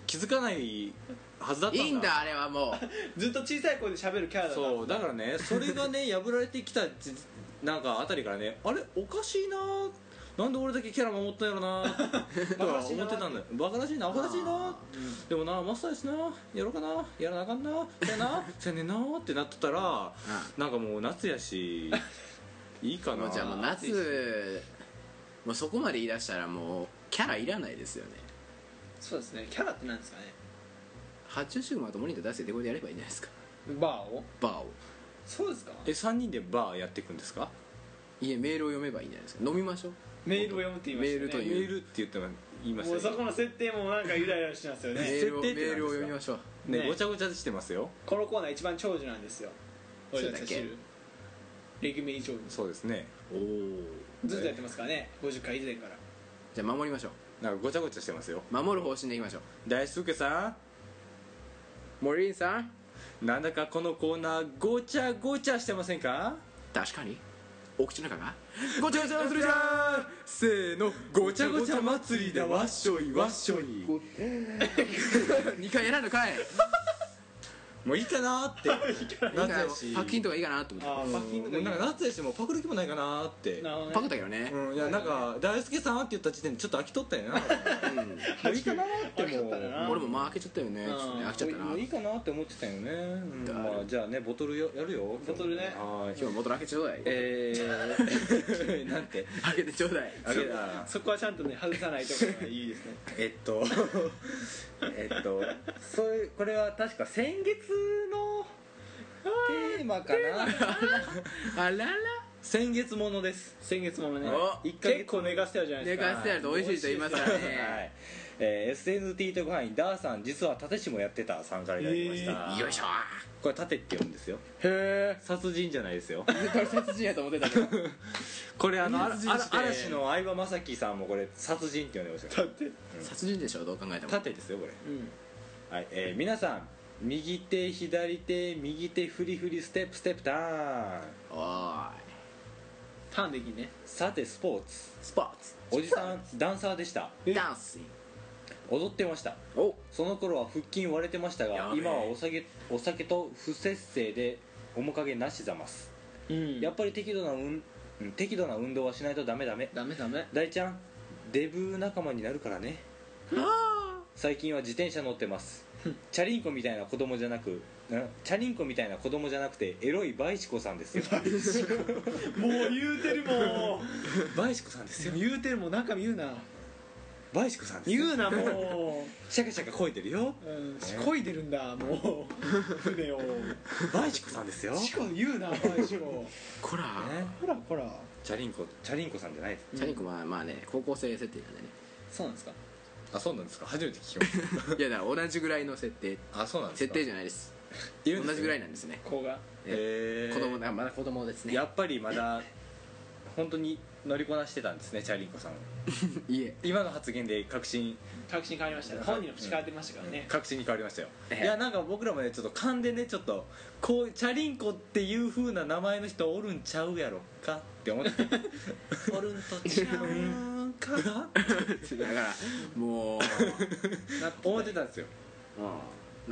気づかないはずだったん
い
だ
いんだあれは
*laughs*
もう
ずっと小さい声で喋るキャラだな
そうだからねそれがね *laughs* 破られてきたじなんかあたりからねあれおかしいななんで俺だけキャラ守ったんやろ
*laughs*
なとは思ってたんだよバカらしいなバカらしいなでもなマスターですなやろうかなやらなあかんなせや
*laughs*
なせやねんなってなっとったらなんかもう夏や
*laughs*
しいいか
も
な
うじゃあもう夏もうそこまで言い出したらもうキャラいらないですよね
そうですねキャラってなんですかね
発注シグマとモニター出してデコでやればいいんじゃないですか
バーを
バーを
そうですか
え3人でバーやっていくんですか
いえメールを読めばいいんじゃないですか飲みましょう
メールを読むって言いましたね
メールと
メ
いう
ールって言っても言いまし
もう
た
そ
よ
この設定もなんかゆらゆらしてますよ
メ
ね
ールをメ
設定ってなんですか
ールを読みましょう
ね
ね
ごちゃごちゃしてますよ
このコーナー一番長寿なんですよ
そうだっけ
俺たちが知るレギュメリー長寿
そうですね
おお
ずっとやってますからね50回以前から
じゃあ守りましょう
なんかごちゃごちゃしてますよ
守る方針でいきましょう
大輔さん
モリンさん
なんだかこのコーナーごちゃごちゃしてませんか
確かにお口の中がごちゃごちゃするじゃんせーのごちゃごちゃ
祭りだわっしょいわっしょい
2回やらんのかい
もういいかなーって夏やし
パッキンとかいいかなと思っ
あ
て
パッキンとかいいなんか夏やしもうパクる気もないかなーって
なるほ
パ
ど
クっ
ね
たけどね
うん、いやなんか大輔さんって言った時点でちょっと飽きとったよなもういいかなーっても
飽きとったよな
う
俺もまあ開けちゃったよねちょっと
うん
ね飽きちゃったな
もういいかなって思ってたよね、うんまあ、じゃあねボトルよやるよ
ボトルね
はーい
今日元開けちょうだい
えー、 *laughs* なんて
開けてちょうだい
あれだ
そこはちゃんとね外さないとかいいですね
えっと *laughs* えっとそれこれは確か先月のテーマかな
あらら
先月ものです
先月もね
お
一回結構寝かしてたじゃないで
寝
すか
かしてやると美味しいと言いますから
はい、
ね
えー SNT 特派員ダーさん実は盾師もやってたさんからいただきました、
よいしょ
これ盾って言うんですよ
へえ
殺人じゃないですよ
これ殺人やと思ってたけど
これあのあ
殺人
ら
して
嵐の相葉雅紀さんもこれ殺人って呼んでましたよ
*laughs* 殺人でしょどう考えても
盾ですよこれ
うん
はい、えー皆さん右手左手右手フリフリステップステップターン
おーい
ターンできんね
さてスポーツ
スポーツ
おじさんダンサーでした
ダンス
踊ってました
お
その頃は腹筋割れてました
や
が
べえ
今はお酒お酒と不節制で面影なしざます
うん
やっぱり適度な運うん適度な運動はしないとダメダメ
ダメダメ
大ちゃんデブ仲間になるからね最近は自転車乗ってますチャリンコみたいな子供じゃなくんチャリンコみたいな子供じゃなくてエロいバイシコさんですよ
もう言うてる *laughs* もん
バイシコさんですよ
言うてるもん中身言うな
バイシコさんですよ
言うなも
シャカシャカこいてるよ
う、うん、しこいでるんだもう船を
バイシコさん *laughs* ですよ、ね
し、こ言うなお前しこ
こら
ほらほら
チャリンコチャリンコさんじゃないです
チャリンコはまあね高校生設定なんでね
そうなんですか
あそうなんですか初めて聞きまし
いやだから同じぐらいの設定
*laughs* たあそうなんです
設
か
定じゃないです
言うんで
同
す
じ
ね
ぐらいなんですね
こうが
へー
子供だまだ子供ですね
やっぱりまだ本当に乗りこなしてたんですねチャリンコさん
いえ
今の発言で確信
確信変わりましたね本人の口変わってましたからね、
確信に変わりましたよ
ええ
いやなんか僕らもねちょっと勘でねちょっとこうチャリンコっていう風な名前の人おるんちゃうやろかって *laughs* 思っておるんとちゃうんかな
だからもう
思ってたんですよ、
*laughs* う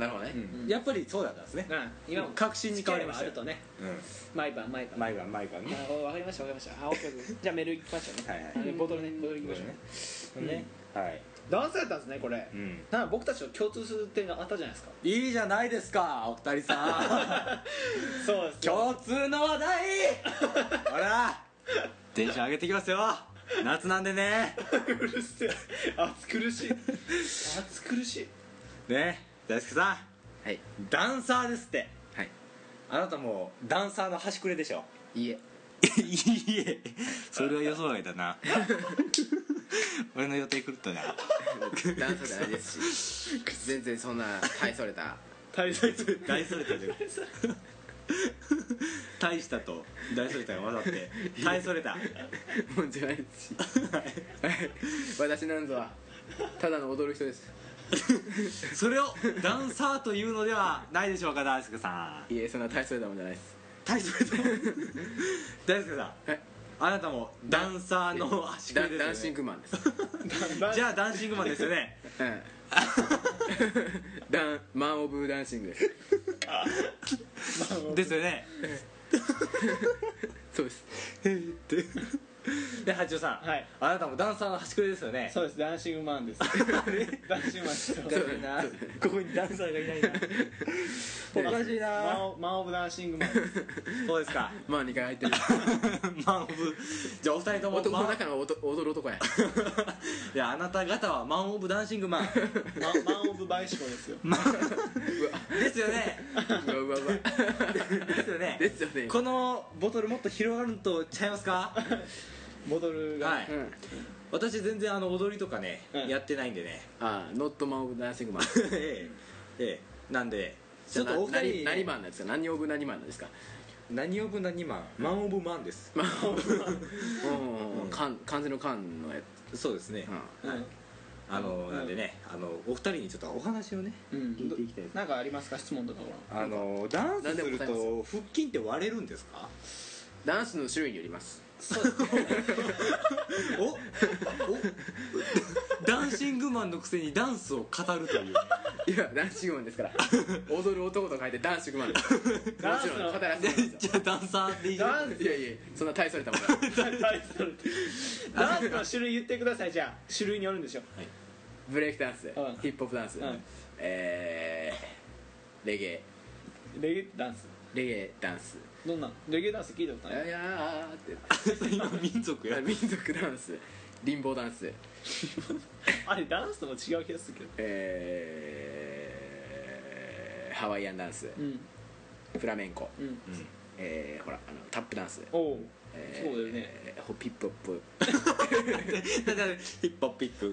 んなるほどね
うんやっぱりそうだったんですね
*laughs* うん、今も
確信に変わりました
付
よ
き合いはあるとね
うん
毎晩毎晩
毎晩毎晩ね
なるほどわかりましたわかりましたあオッケーオッケーじゃあメール行きましょうね
はいはい
あのボトルねボトル行きましょうね
ねはい、
ダンスやったんですねこれ、
うん、
なんか僕たちと共通する点があったじゃないですか
いいじゃないですかお二人さん
そう
*laughs*
です
共通の話題ほらテンション上げていきますよ夏なんでね
うるせえ暑苦しい暑苦しい
ね大輔さ
はい
んダンサーですって
はい
あなたもダンサーの端くれでしょ
いえ
いいえそれは予想外だな俺の予定狂ったな
ダンスじゃないです *laughs* し全然そんな大それた
大それた大それたじゃん大したと大それたが混ざって大それた
もんじゃないですしはい私なんぞはただの踊る人です
それをダンサーというのではないでしょうか大輔さん
いえそんな大それたもんじゃないです
大それた大輔さん、
はい
あなたもダンサーの足
ダ
くれ
ンダン
です
シ
よ
ン
ね
グマン
*laughs*
です
じゃあダンシングマンですよね
うんダンマン・オブ・ダンシングです
ですよね
そうです
で八尾さん、
はい
あなたもダンサーの端くれですよね
そうですダンシングマンですダンシングマンです
そう
なここにダンサーがい *laughs* ないなおかしい
マン
な
オマンオブダンシング *laughs* マンです
そうですか
マン2回入
*laughs*
ってる
マンオブじゃあお二人とも
男の
マン
中の男踊る男や
いやあなた方はマンオブダンシングマン
マンマンオブバイシコですよ
ですよね
うわうわうわ
ですよね
ですよね
このボトルもっと広がるんとちゃいますか
ボトルが、
はい、
うん
私全然あの踊りとかね、
うん
やってないんでね
ああノットマン・オブ・ダンシングマン
ええええなんでちょっとお二人
何何マンなんですか何オブ何マンなんですか
何オブ何マンマンオブマンです、
マンオブうんうん漢漢字の漢のや
そうですね
つ、うん
あのなんでねあのお二人にちょっとお話をね
うん
聞いていきたいです
なんかありますか質問とかは
あのダンス
何
す
でも
る
答えます
と腹筋って割れるんですか
ダンスの種類によります
*laughs* おダンシングマンのくせにダンスを語るという
いや男子グマンで
*laughs*
すから踊る男と書いて男子グマンですもち
ダンス
ろ
の
ん語らせてもらいます
じ
よ
ゃあダンサーでいいじゃん
ダン
いやいやそんな大それたもん
*laughs*
だ
ダンスの種類言ってくださいじゃあ種類によるんでしょ
ブレイクダンス、
ん
ヒップホップダンス、
ん
えー、レゲエ
レゲエダンス
レゲエダンス
どんなレゲエダンス聞いたこと
あ
ない
やーって
今民族や
民族ダンスリンボーダンス
あれダンスとも違う気がするけど
えー、ハワイアンダンス
うん
フラメンコ、
うん
えー、ほらあのタップダンス、
おお
えー
そうだよね
えーホピップホップ
だからヒップホップヒップ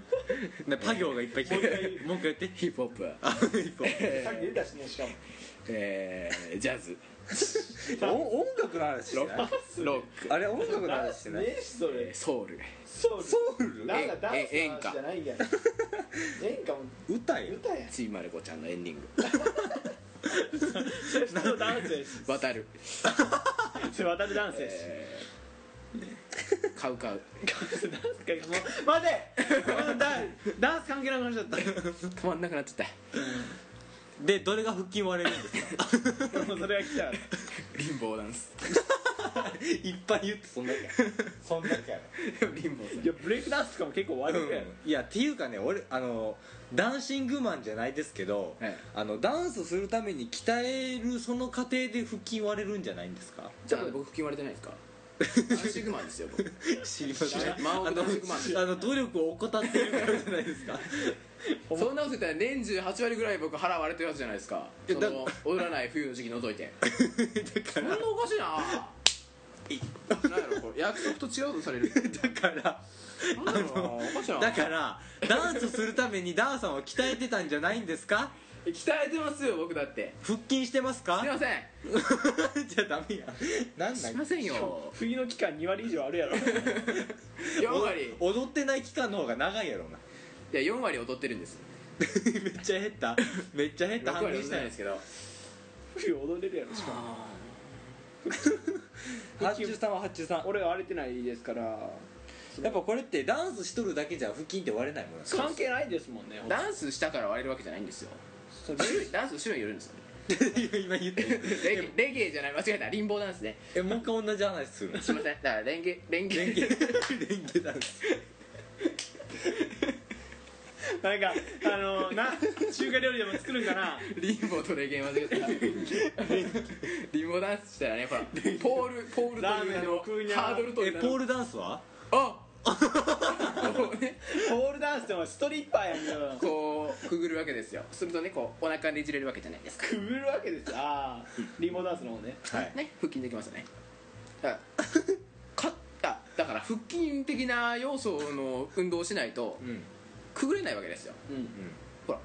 なパ行がいっぱい来てるもう一回やって
ヒップホップ
あヒップホップ
さっき出たしねしかも
えー、ジャズ
お音楽の話して
ロ
ない
ッロック
あれ音楽の話してない
ねえしそれ
ソウル
ソウル
ソウル
なんかダンス
ええ
の話じゃないやん演歌も
歌よ
歌やん
ちびまる子ちゃんのエンディング
それ普通のダンスやし
渡る、
それ渡るダンスやし
えー、カウカウ
ダンスかもう待てもうダンダンス関係なくなっちゃっ
止まんなくなっちゃっ
でどれが腹筋割れるんですか
たもうそれが来たら
たリンボーダンス
*laughs* いっぱい言ってそんだけ
そんだけやろ
リンボー
いやブレイクダンスとかも結構悪くやん
いやっていうかね俺あのダンシングマンじゃないですけど、
はい
あのダンスするために鍛えるその過程で腹筋割れるんじゃないんですか
じゃあ僕決まれてないですかダンシグマンですよ僕
*laughs* 知りません
魔王ダンシグマンです
あの努力を怠ってるからじゃない
*laughs*
ですか
そんなこと言ったら年中8割ぐらい僕腹割れてるやつじゃないですかそ
だ
の踊らない冬の時期除い *laughs* てそんなおかしいな何やろこれ約束と違うとされる
だから
何やろおかしいな
だからダンスするためにダンさんは鍛えてたんじゃないんですか
鍛えてますよ僕だって
腹筋してますか
すいません
*laughs* じゃあダメやなんな
すい
ん
ません *laughs* よ
冬の期間2割以上ある *laughs* やろ
4割
踊ってない期間の方が長いやろない
や4割踊ってるんです
*laughs* めっちゃ減っためっちゃ減っ
6
た
割
半減
踊っ
してた
ない
や
ん
ん
ですけど
冬踊れるやろしかも
発注さんは発注さん
俺は荒れてないですから
やっぱこれってダンスしとるだけじゃ腹筋って割れないもんなんですか
関係ないですもんね
ダンスしたから割れるわけじゃないんですよ
そう
種類ダンスの種類よるんですよ
今言ってる
レゲレゲエじゃない間違えたリンボーダンスね
えもう一回同じ話するの
すいませんだからレンゲレンゲ
レンゲレンゲダンス
なんかあのな中華料理でも作るんかな
リンボーとレゲエ間違えたリンボーダンスしたらねほらポールポールと
ラーメンの
いう
食うに
名の
ゃ
ハードルとい
え
う名
ポー
の
ルダンスは
あこうね
ポールダンスってお前ストリッパーやんよ
こうくぐるわけですよするとねこうお腹ねじれるわけじゃないですか
くぐるわけですよああリンボーダンスの方ね
はい
ね腹筋できますよねだから勝っただから腹筋的な要素の運動をしないと
うん
くぐれないわけですよ
うん
ほら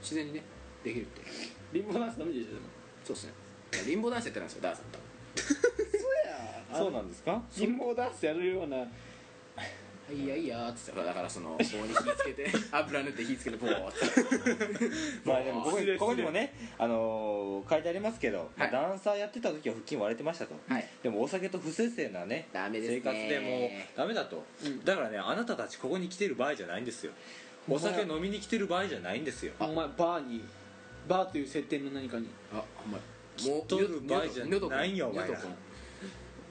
自然にねできるって
リンボーダンスダメでしょでも
そうですねリンボーダンスやってたんですよダンさんと
そうなんですか
リンボーダンスやるような
はいやいやーっつってだからその棒に火つけて *laughs* 油塗って火つけてボーっつって
まあでもここ
失礼
にここにもね、あのー書いてありますけど、
はい
ダンサーやってた時は腹筋割れてましたと、
はい
でもお酒と不摂生なね
ダメですね
生活でもうダメだと、だからねあなたたちここに来てる場合じゃないんですよお酒飲みに来てる場合じゃないんですよ
お前バーにバーという設定の何かに
あお前もう
取る場合じゃないよお前ら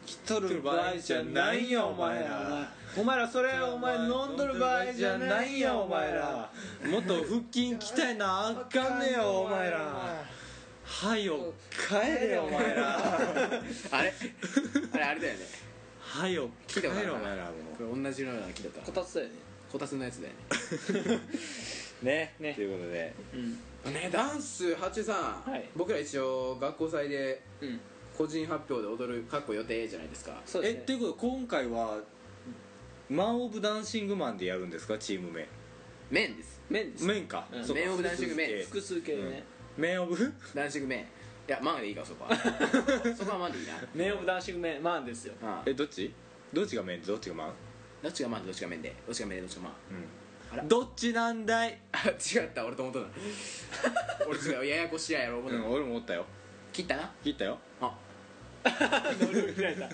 来とる場合じゃないよお前ら
お前らそれお前飲んどる場合じゃないよお前ら
もっと腹筋鍛えなあかんねよお前らはよ帰れよお前ら
あれあれあれだよね
はよ帰
聞いたことあ
れ
る
よ
な
お前らも
これ同じようなの聞いたこ
こたつだよね
こたつのやつだよね
*laughs*
ね
ね
ということで
ねダンス八中さん、
はい
僕ら一応学校祭で
うん
個人発表で踊るかっこ予定じゃないですか
そう
え
です
っ
ね
ていうことは今回はマン・オブ・ダンシングマンでやるんですかチーム名
面です
麺です
メンか、
うん
そうか
メンオブダンシングメン
複数
複数形でね
形メン・オブ
ダンシング面いやマンでいいかそこはそこはマンでいいな
麺オブダンシング麺マンですよ
ああ
えどっちどっちがメンでどっちがマン
どっちがマンでどっちが面でどっちが面でどっちがマン
どっちなんだい、
あ *laughs* 違った俺と思ったな
*laughs*
俺違うややこしいややろ思っ
う
た
ん、俺も思ったよ
切ったな
聞いたよ
あ
振られた、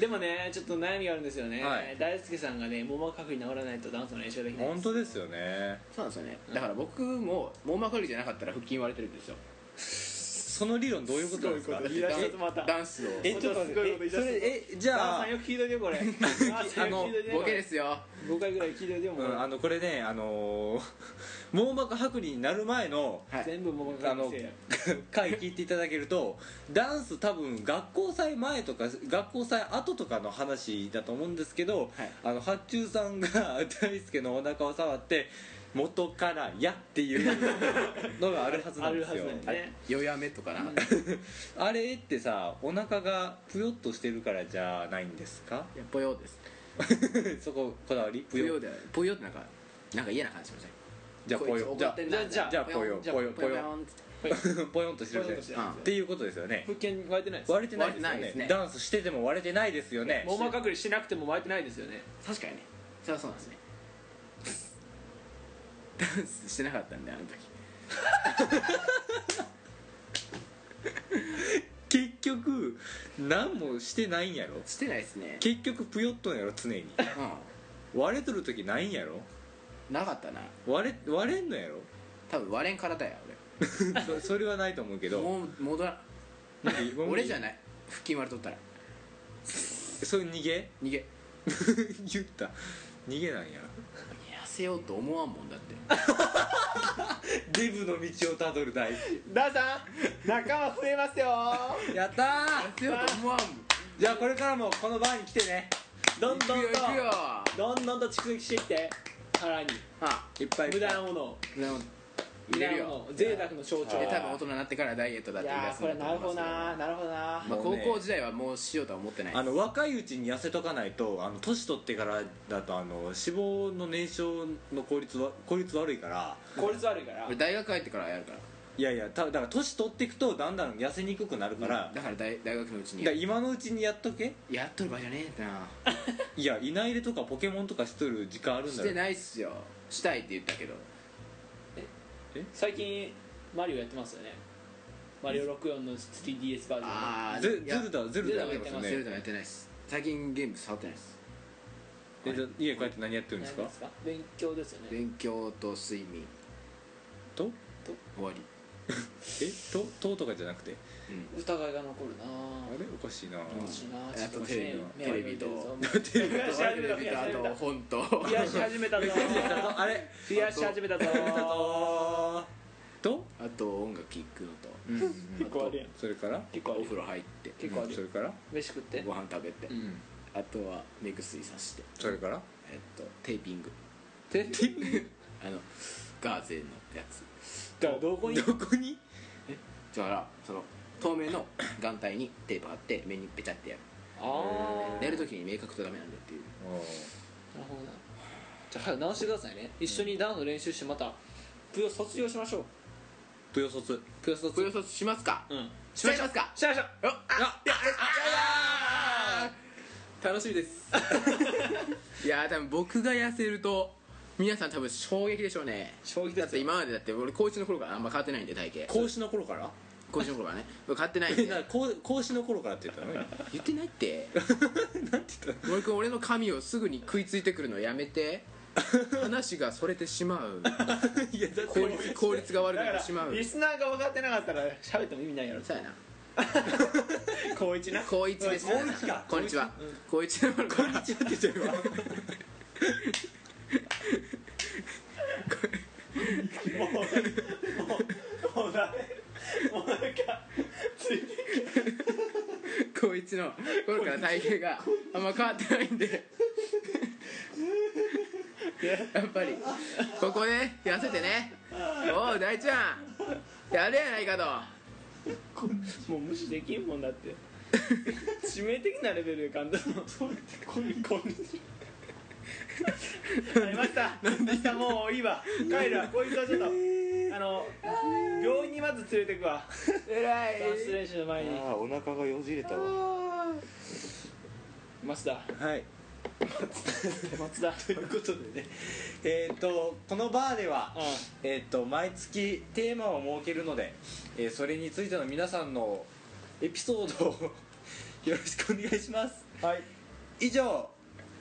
でもねちょっと悩みがあるんですよね、
はい
大輔さんがね網膜剥離治らないとダンスの練習できない
本当ですよね
そうなんですよねだから僕も網膜剥離じゃなかったら腹筋割れてるんですよ
その理論どういうことなんですか
言い出しちゃったまた
ダンスを
えちょっと待ってえそれえじ
ダン
ゃ
さ
あ
んよく聞いといてよこれダンさんよく聞いといてよ
ボケですよ
5回ぐらい聞いといてよも
うん、あ
う
のこれねあのー *laughs* 網膜剥離になる前の
はい
全部網膜
あ
剥離
の
してや
回聞いていただけるとダンス多分学校祭前とか学校祭後とかの話だと思うんですけど、
はい
あの八中さんが大輔のお腹を触って元からやっていうのがあるはずな
あ
ん
る
で
は
す
ず
よ
なんでね
よやめとかな
あれってさお腹がぷよっとしてるからじゃないんですか *laughs*
いやぽよです
そここだわり
ぽ
ぷ
よ
よ
でぽよってなんかなんか嫌な感じしません
じゃあぽよじゃ
んな
あじゃあぽよぽよぽよ *laughs* ぽよんとしてる
そういう
じゃない
ことしてない
うん
っていうことですよね
腹筋割れてないです
割れてないですよ
割れてない
ね
ですね
ダンスしてても割れてないですよね
網膜剥離しなくても割れてないですよね
確かにねそれはそうなんですねダンスしてなかったんであの時
結局何もしてないんやろ
してないですね
結局ぷよっとんやろ常に
う
割れとる時ないんやろ
んなかったな
割れ割れんのやろ
多分割れんからだよ
そ *laughs* それはないと思うけ
俺
ど
もう戻ら俺じゃない腹筋割れとったら
いそれ逃げ *laughs*
逃げ
言った逃げなんや
痩せようと思わんもん
*laughs*
だって
デブの道をたどる大
ダンさん *laughs* 仲間増えますよ
やったー
痩せようと思わんもん
じゃあこれからもこのバーに来てね
どん
行く
どん
よ行くよ
と
あ
どんどんと蓄積していって腹に
いっぱい
無駄なものを
でも
無
入れ
駄
る
なもの
よ
を贅沢の象徴
で多分
い
大人になってからダイエットだって言い出
やー
す
これ
んだ
な
と
るほ
思い
ど
ます
ななるほどな
けどまあ
もうね
高校時代はもうしようとは思ってない
あの若いうちに痩せとかないとあの年取ってからだとあの脂肪の燃焼の効率は効率悪いから
効率悪いから
俺大学帰ってからやるから
いやいやただから年取っていくとだんだん痩せにくくなるから、
だから大大学のうち
だから
に
今のうちにやっとけ
やっとる場合じゃねえってない
やいないでとかポケモンとかしとる時間あるん
し
だろ
てないっすよしたいって言ったけど
最近マリオやってますよねマリオ64の 3DS バージョン
ああ
ゼゼルダゼルダや
ゼ
っ
ル
て
ダ
ま
も
す
ゼ
よね
ルダやってないっす最近ゲーム触ってないっす
えじゃあ家帰って何やってるんですか
何ですか勉強ですよね
勉強と睡眠
と
終わり
えとととかじゃなくて
疑いが残るな
あれおかしいな、
おかしいな
あとテレビ
目を
テレビと
テレビと
テレビとあと本と
増やし始めたぞ
ああ
*laughs*
れ
*laughs* 増やし始めたぞ
と、
あと音楽聴くのと
結構あるやん
それから
結構あ
お
る
風呂入って
結構ある
それから
飯食って
ご飯食べて
ん
あとは目薬さして
それから
えっとテーピング
テレビ
あのガーゼのやつ
がどこに
どこに
だからその透明の眼帯にテープ貼って目にペチャってやる
ああ
寝るときに目隠とダメなんだっていう
なるほどなじゃあ早く直してくださいね一緒にダウンの練習してまたプヨ卒業しましょう
ぷよ卒
プヨ卒
これ卒しますか
うん
しましょうか
しましょう
よっあいやあ楽しみですいやー多分僕が痩せると皆さん多分衝撃でしょうね
衝撃ですよ
だって今までだって俺高一の頃からあんま変わってないんで体型
講師の頃から
高一の頃からね変わってないん
え
で
な講講師の頃からって言った *laughs* の今
言ってないって
なんて言っ
森君俺の髪をすぐに食いついてくるのやめて話がそれてしまう
たのいやだって
効率効率が悪くなってしまう
リスナーが分かってなかったら喋っても意味ないやろ
そうやな
高一な
高一です
高一か
こんにちは高一の頃から
ちょっと待ってよ
もうダメもうなんかついて
高一の頃から体型があんま変わってないんでやっぱりここで痩せてねおう大ちゃんやるやないかと
もう無視できんもんだって致命的なレベルで簡単なこんにこんにちはありました明日もういいわ帰るわこいつはちょっとあの病院にまず連れてくわ
えらい
ダンス練習の前に
ああお腹がよじれたわ
松田
はい
松田
ということでねえっ、とこのバーでは、えっと毎月テーマを設けるので、えーそれについての皆さんのエピソードを *laughs* よろしくお願いします
はい
以上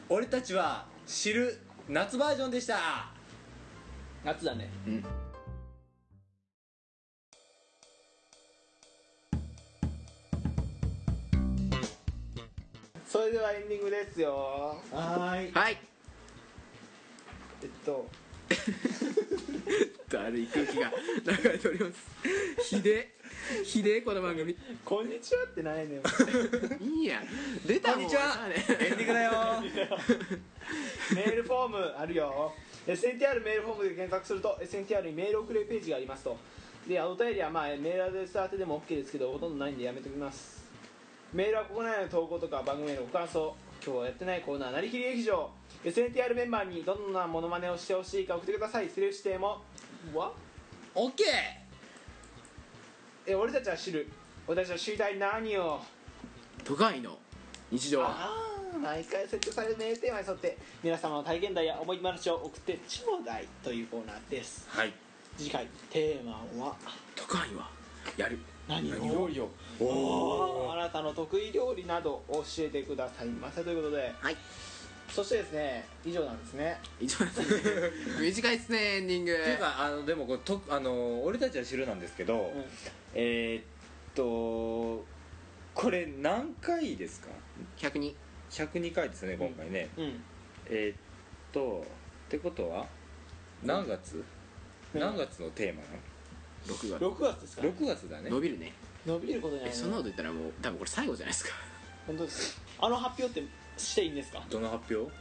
俺たちは知る夏バージョンでした
夏だねそれではエンディングですよ
はい
はい
えっと
だるい空気が流れておりますひでえひでえこの番組
「こんにちは」ってないねん
いいや出たもん
こんにちは
まあね
エンディングだよ
メールフォームあるよ SNTR メールフォームで検索すると SNTR にメール送れるページがありますとでお便りはまあメールアドレス宛てでも OK ですけどほとんどないんでやめときますメールは国内の投稿とか番組へのご感想今日はやってないコーナーなりきり劇場 SNTR メンバーにどんなモノマネをしてほしいか送ってくださいセルフ指定もわ
オッケ
え俺たちは知る俺たちは知りたい何を
都会の日常は
ああ毎回設定されるメールテーマに沿って皆様の体験談や思い出話を送ってちょうだいというコーナーです
ーはい
次回テーマは
都会はやる
何を
理を
あなたの得意料理など教えてくださいませということで
はい
そしてですね以上なんですね
以上ですね短 *laughs* いっすねエンディング
っていうかあのでもこれとあの俺たちは知るなんですけど、
うん
えーっとこれ何回ですか
102
102回ですね今回ね、
うん
えーっとってことは何月、何月のテーマ
6が
6月ですか
なの6月だね
伸びるね
伸びることにな
え
る
そんなこと言ったらもう多分これ最後じゃないですか
本当ですあの発表ってしていいんですか
どの発表、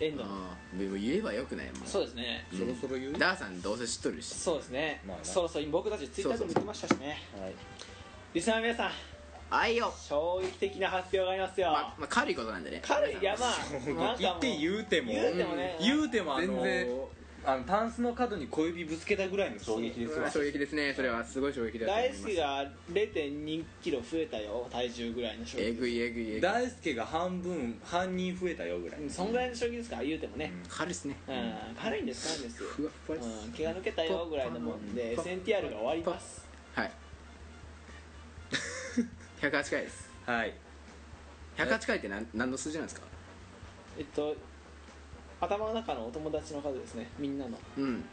エンドの
ああでも言えばよくないもう
そうですね
うん
そろそろ言う
ダーさんどうせ知っとるし
そうですね、
まあな
そろそろ僕たちツイッターでも言ってましたしね
はい
リスナーの皆さん
あいよ
衝撃的な発表がありますよ、
まあまあ軽いことなんでね
軽い山なんか
言
も
って言うても
言うてもね
言うてもあ
全
の
然
あのタンスの角に小指ぶつけたぐらいの衝撃ですわ
衝撃ですねそれはすごい衝撃だと思い
大
ます
輔が0 2キロ増えたよ体重ぐらいの衝撃
えぐいえぐいえぐい
大輔が半分半人増えたよぐらい
うんそんぐらいの衝撃ですか言うてもね、
軽いっすね
うん軽いんです軽いんです、
ふわふわっす
うん、気が抜けたよぐらいのもんで
パッ
SNTR が終わります
はい *laughs* 108回です
はい
108回って何何の数字なんですか
えっと頭の中のお友達の数ですねみんなの
うん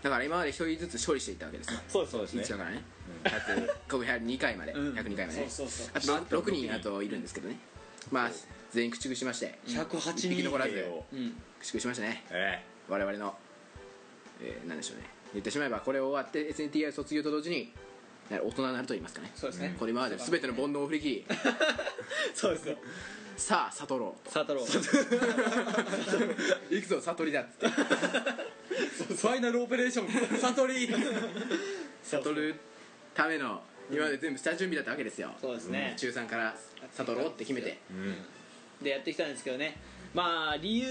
だから今まで一人ずつ処理していったわけですよ
そうです
そうですね
1だからね100今回102回まで102回までね
そうそうそう
あと6人あといるんですけどねまあ全員駆逐しまして
108
一匹
人
残らず
で
駆
よ
うん
逐しましたね
え
我々の、えー、何でしょうね言ってしまえばこれを終わって SNTR 卒業と同時にな大人になると言いますかね
そうですね
これまで全ての煩悩を振り
*laughs*
切り
そうですよ
さあ悟ろ
佐太郎
ういくぞ悟りだっつって
えファイナルオペレーション悟り
悟るための今まで全部下準備だったわけですよ
そうですね
中3から悟ろうって決めて
でやってきたんですけどねまあ理由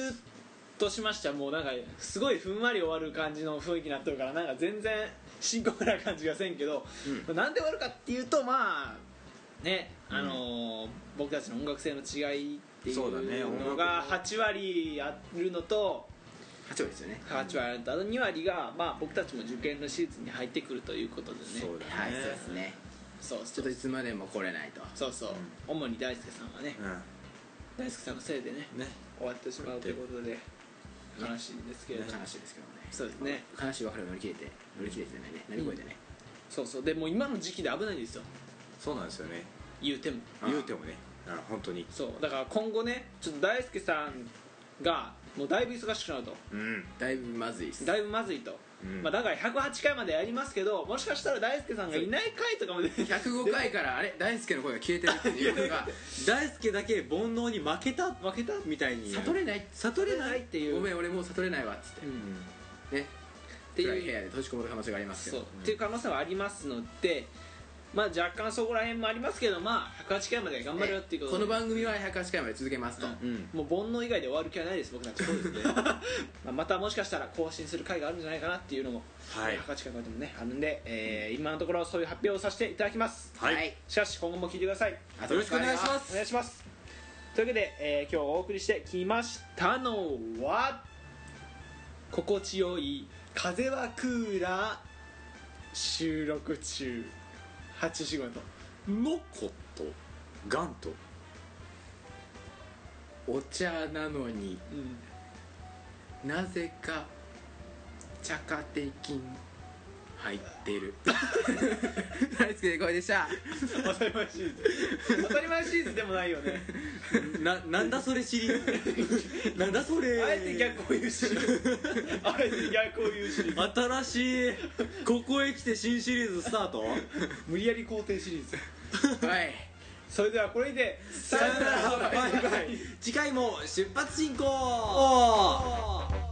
としましてはもうなんかすごいふんわり終わる感じの雰囲気になってるからなんか全然深刻な感じがせんけど、なんで終わるかっていうとまあねあのー僕たちの音楽性の違いってい
そうだね
うのが8割あるのと
8割ですよね
8割あるのとあと2割が、まあ、僕たちも受験のシーズンに入ってくるということでね
そうだね
はいそうですね
そう
ち
そ
ょっと
う
いつまでも来れないと
そうそう、主に大輔さんはね、大輔さんのせいでね
ね
終わってしまうということで悲しいんですけれ
悲
ども、
しいですけどね
そうですね
悲しい別れを乗り切れて乗り切れてないね乗り越えてね
そうそうでもう今の時期で危ないんですよ
そうなんですよね
言うても
言うてもねあ本当に
そうだから今後ねちょっと大輔さんがもうだいぶ忙しくなると
うん
だいぶまずいっす
だいぶまずいと、
ん
まあ、だから108回までやりますけどもしかしたら大輔さんがいない回とかもね
105回からあれ大輔の声が消えてるっていうのが
大輔だけ煩悩に負けた
負けた
みたいに
悟れないっつっ
*laughs* 悟れないってい
て
う
ごめん俺もう悟れないわっつって
うん
ね
ていう
暗い部屋で閉じこもる可能性がありますけ
そう
ど
っていう可能性はありますのでまあ若干そこら辺もありますけどまあ108回まで頑張るよっていうこと
こ
で
の番組は108回まで続けますと
うん
もう煩悩以外で終わる気はないです僕たちそうです *laughs* ねまたもしかしたら更新する回があるんじゃないかなっていうのも
はい
博多近くでもねあるんで、えー今のところそういう発表をさせていただきます
はい
しかし今後も聞いてください
よろしくお願いしま
お願いしますというわけで、えー今日お送りしてきましたのは心地よい風はクーラー収録中8仕事
のことガンと
お茶なのに
うん
なぜか茶化的に入ってる *laughs* 大好きで声
*laughs*
でした
当たり前シリー *laughs* ズ当たり前シリーズでもないよね
ななんだそれシリーズなんだそれ
あえて逆を言うシリーズあえて逆を言うシリーズ
新しいここへ来て新シリーズスタート
*laughs* 無理やり肯定シリーズ
はい
それではこれでさ
さよならバイバイ次回も出発進行